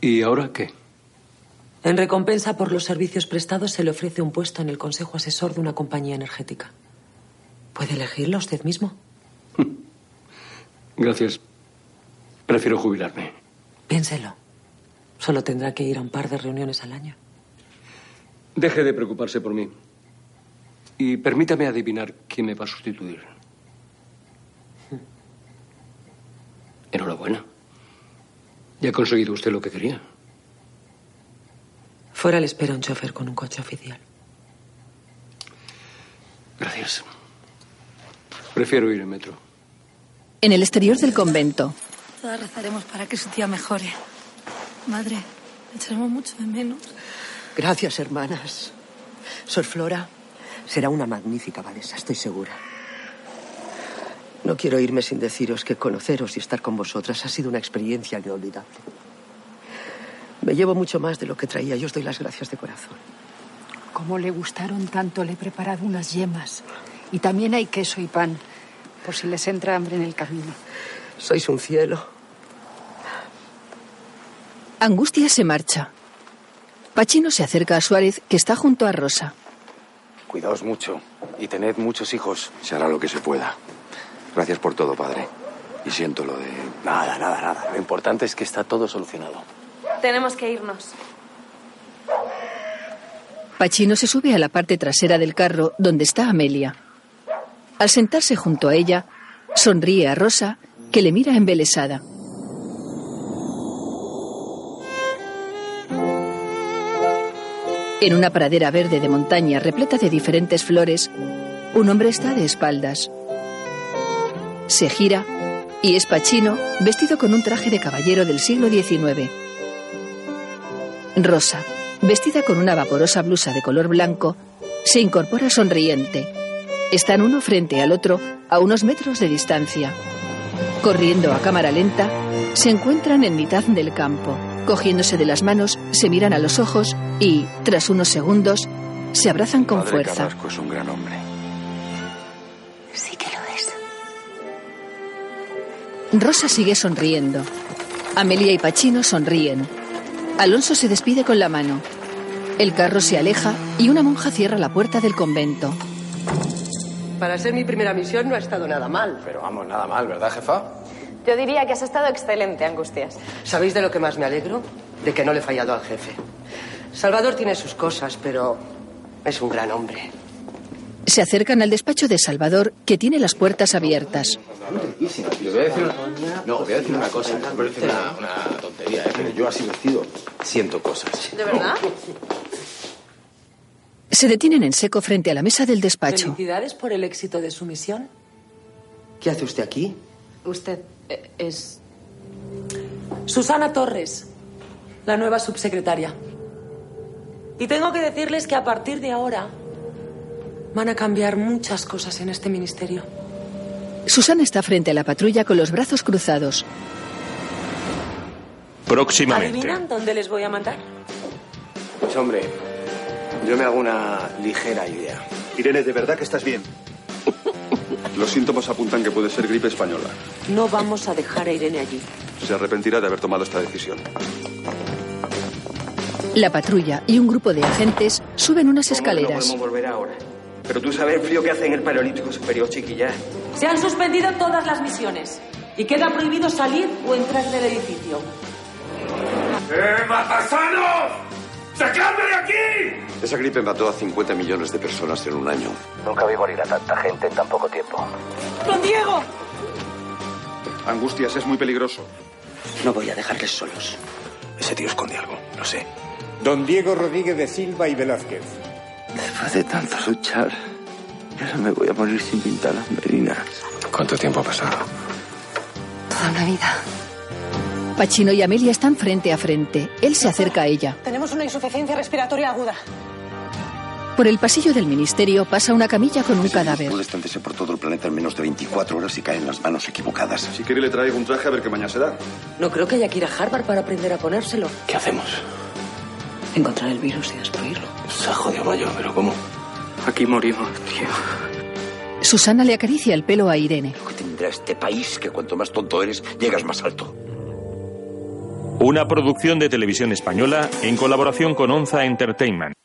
Speaker 6: ¿Y ahora qué?
Speaker 13: En recompensa por los servicios prestados se le ofrece un puesto en el consejo asesor de una compañía energética. ¿Puede elegirla usted mismo?
Speaker 6: Gracias. Prefiero jubilarme.
Speaker 13: Piénselo. Solo tendrá que ir a un par de reuniones al año.
Speaker 6: Deje de preocuparse por mí. Y permítame adivinar quién me va a sustituir. Enhorabuena. Ya ha conseguido usted lo que quería.
Speaker 13: Fuera le espera un chofer con un coche oficial.
Speaker 6: Gracias. Prefiero ir en metro.
Speaker 1: En el exterior del convento,
Speaker 7: Todas rezaremos para que su tía mejore. Madre, le echaremos mucho de menos.
Speaker 12: Gracias, hermanas. Sor Flora será una magnífica valesa, estoy segura. No quiero irme sin deciros que conoceros y estar con vosotras ha sido una experiencia inolvidable. Me llevo mucho más de lo que traía y os doy las gracias de corazón.
Speaker 41: Como le gustaron tanto, le he preparado unas yemas. Y también hay queso y pan, por si les entra hambre en el camino.
Speaker 12: Sois un cielo.
Speaker 1: Angustia se marcha. Pachino se acerca a Suárez, que está junto a Rosa.
Speaker 5: Cuidaos mucho y tened muchos hijos. Se hará lo que se pueda. Gracias por todo, padre. Y siento lo de... Nada, nada, nada. Lo importante es que está todo solucionado.
Speaker 42: Tenemos que irnos.
Speaker 1: Pachino se sube a la parte trasera del carro, donde está Amelia. Al sentarse junto a ella, sonríe a Rosa, que le mira embelesada. En una pradera verde de montaña repleta de diferentes flores, un hombre está de espaldas. Se gira y es Pachino, vestido con un traje de caballero del siglo XIX. Rosa, vestida con una vaporosa blusa de color blanco, se incorpora sonriente. Están uno frente al otro a unos metros de distancia. Corriendo a cámara lenta, se encuentran en mitad del campo. Cogiéndose de las manos, se miran a los ojos y, tras unos segundos, se abrazan con
Speaker 5: Padre
Speaker 1: fuerza.
Speaker 5: Carrasco es un gran hombre.
Speaker 1: Sí que lo es. Rosa sigue sonriendo. Amelia y Pachino sonríen. Alonso se despide con la mano. El carro se aleja y una monja cierra la puerta del convento.
Speaker 12: Para ser mi primera misión no ha estado nada mal. Pero vamos, nada mal, ¿verdad, jefa?
Speaker 42: Yo diría que has estado excelente, Angustias.
Speaker 12: ¿Sabéis de lo que más me alegro? De que no le he fallado al jefe. Salvador tiene sus cosas, pero es un gran hombre.
Speaker 1: Se acercan al despacho de Salvador, que tiene las puertas abiertas.
Speaker 43: Voy a decir, no, voy a decir una cosa, me parece una, una tontería, ¿eh? pero yo así vestido siento cosas.
Speaker 42: ¿De verdad?
Speaker 1: Se detienen en seco frente a la mesa del despacho.
Speaker 13: Felicidades por el éxito de su misión.
Speaker 12: ¿Qué hace usted aquí?
Speaker 13: Usted eh, es... Susana Torres, la nueva subsecretaria. Y tengo que decirles que a partir de ahora van a cambiar muchas cosas en este ministerio.
Speaker 1: Susana está frente a la patrulla con los brazos cruzados.
Speaker 4: Próximamente.
Speaker 13: ¿Adivinan dónde les voy a mandar?
Speaker 5: Pues hombre, yo me hago una ligera idea.
Speaker 44: Irene, de verdad que estás bien.
Speaker 5: Los síntomas apuntan que puede ser gripe española.
Speaker 13: No vamos a dejar a Irene allí.
Speaker 5: Se arrepentirá de haber tomado esta decisión.
Speaker 1: La patrulla y un grupo de agentes suben unas
Speaker 45: No
Speaker 1: escaleras.
Speaker 45: podemos volver ahora. Pero tú sabes el frío que hace en el Paleolítico Superior, chiquilla.
Speaker 13: Se han suspendido todas las misiones y queda prohibido salir o entrar del edificio.
Speaker 11: ¡Eh, Matasano! ¡Sacadme de aquí!
Speaker 9: Esa gripe mató a 50 millones de personas en un año. Nunca vi morir a tanta gente en tan poco tiempo.
Speaker 13: ¡Don Diego!
Speaker 5: Angustias, es muy peligroso.
Speaker 42: No voy a dejarles solos.
Speaker 5: Ese tío esconde algo, no sé.
Speaker 2: Don Diego Rodríguez de Silva y Velázquez. Después de tanto luchar, ya no me voy a morir sin pintar las merinas.
Speaker 5: ¿Cuánto tiempo ha pasado?
Speaker 1: Toda una vida. Pachino y Amelia están frente a frente. Él se acerca a ella.
Speaker 46: Tenemos una insuficiencia respiratoria aguda.
Speaker 1: Por el pasillo del ministerio pasa una camilla con un cadáver.
Speaker 9: Puede por todo el planeta en menos de 24 horas y cae en las manos equivocadas.
Speaker 5: Si quiere le traigo un traje a ver qué mañana se da.
Speaker 13: No creo que haya que ir a Harvard para aprender a ponérselo.
Speaker 5: ¿Qué hacemos?
Speaker 13: Encontrar el virus y destruirlo.
Speaker 5: Se ha jodido mayor, pero ¿cómo? Aquí morimos, tío.
Speaker 1: Susana le acaricia el pelo a Irene.
Speaker 9: Tendrá este país que cuanto más tonto eres, llegas más alto.
Speaker 4: Una producción de televisión española en colaboración con Onza Entertainment.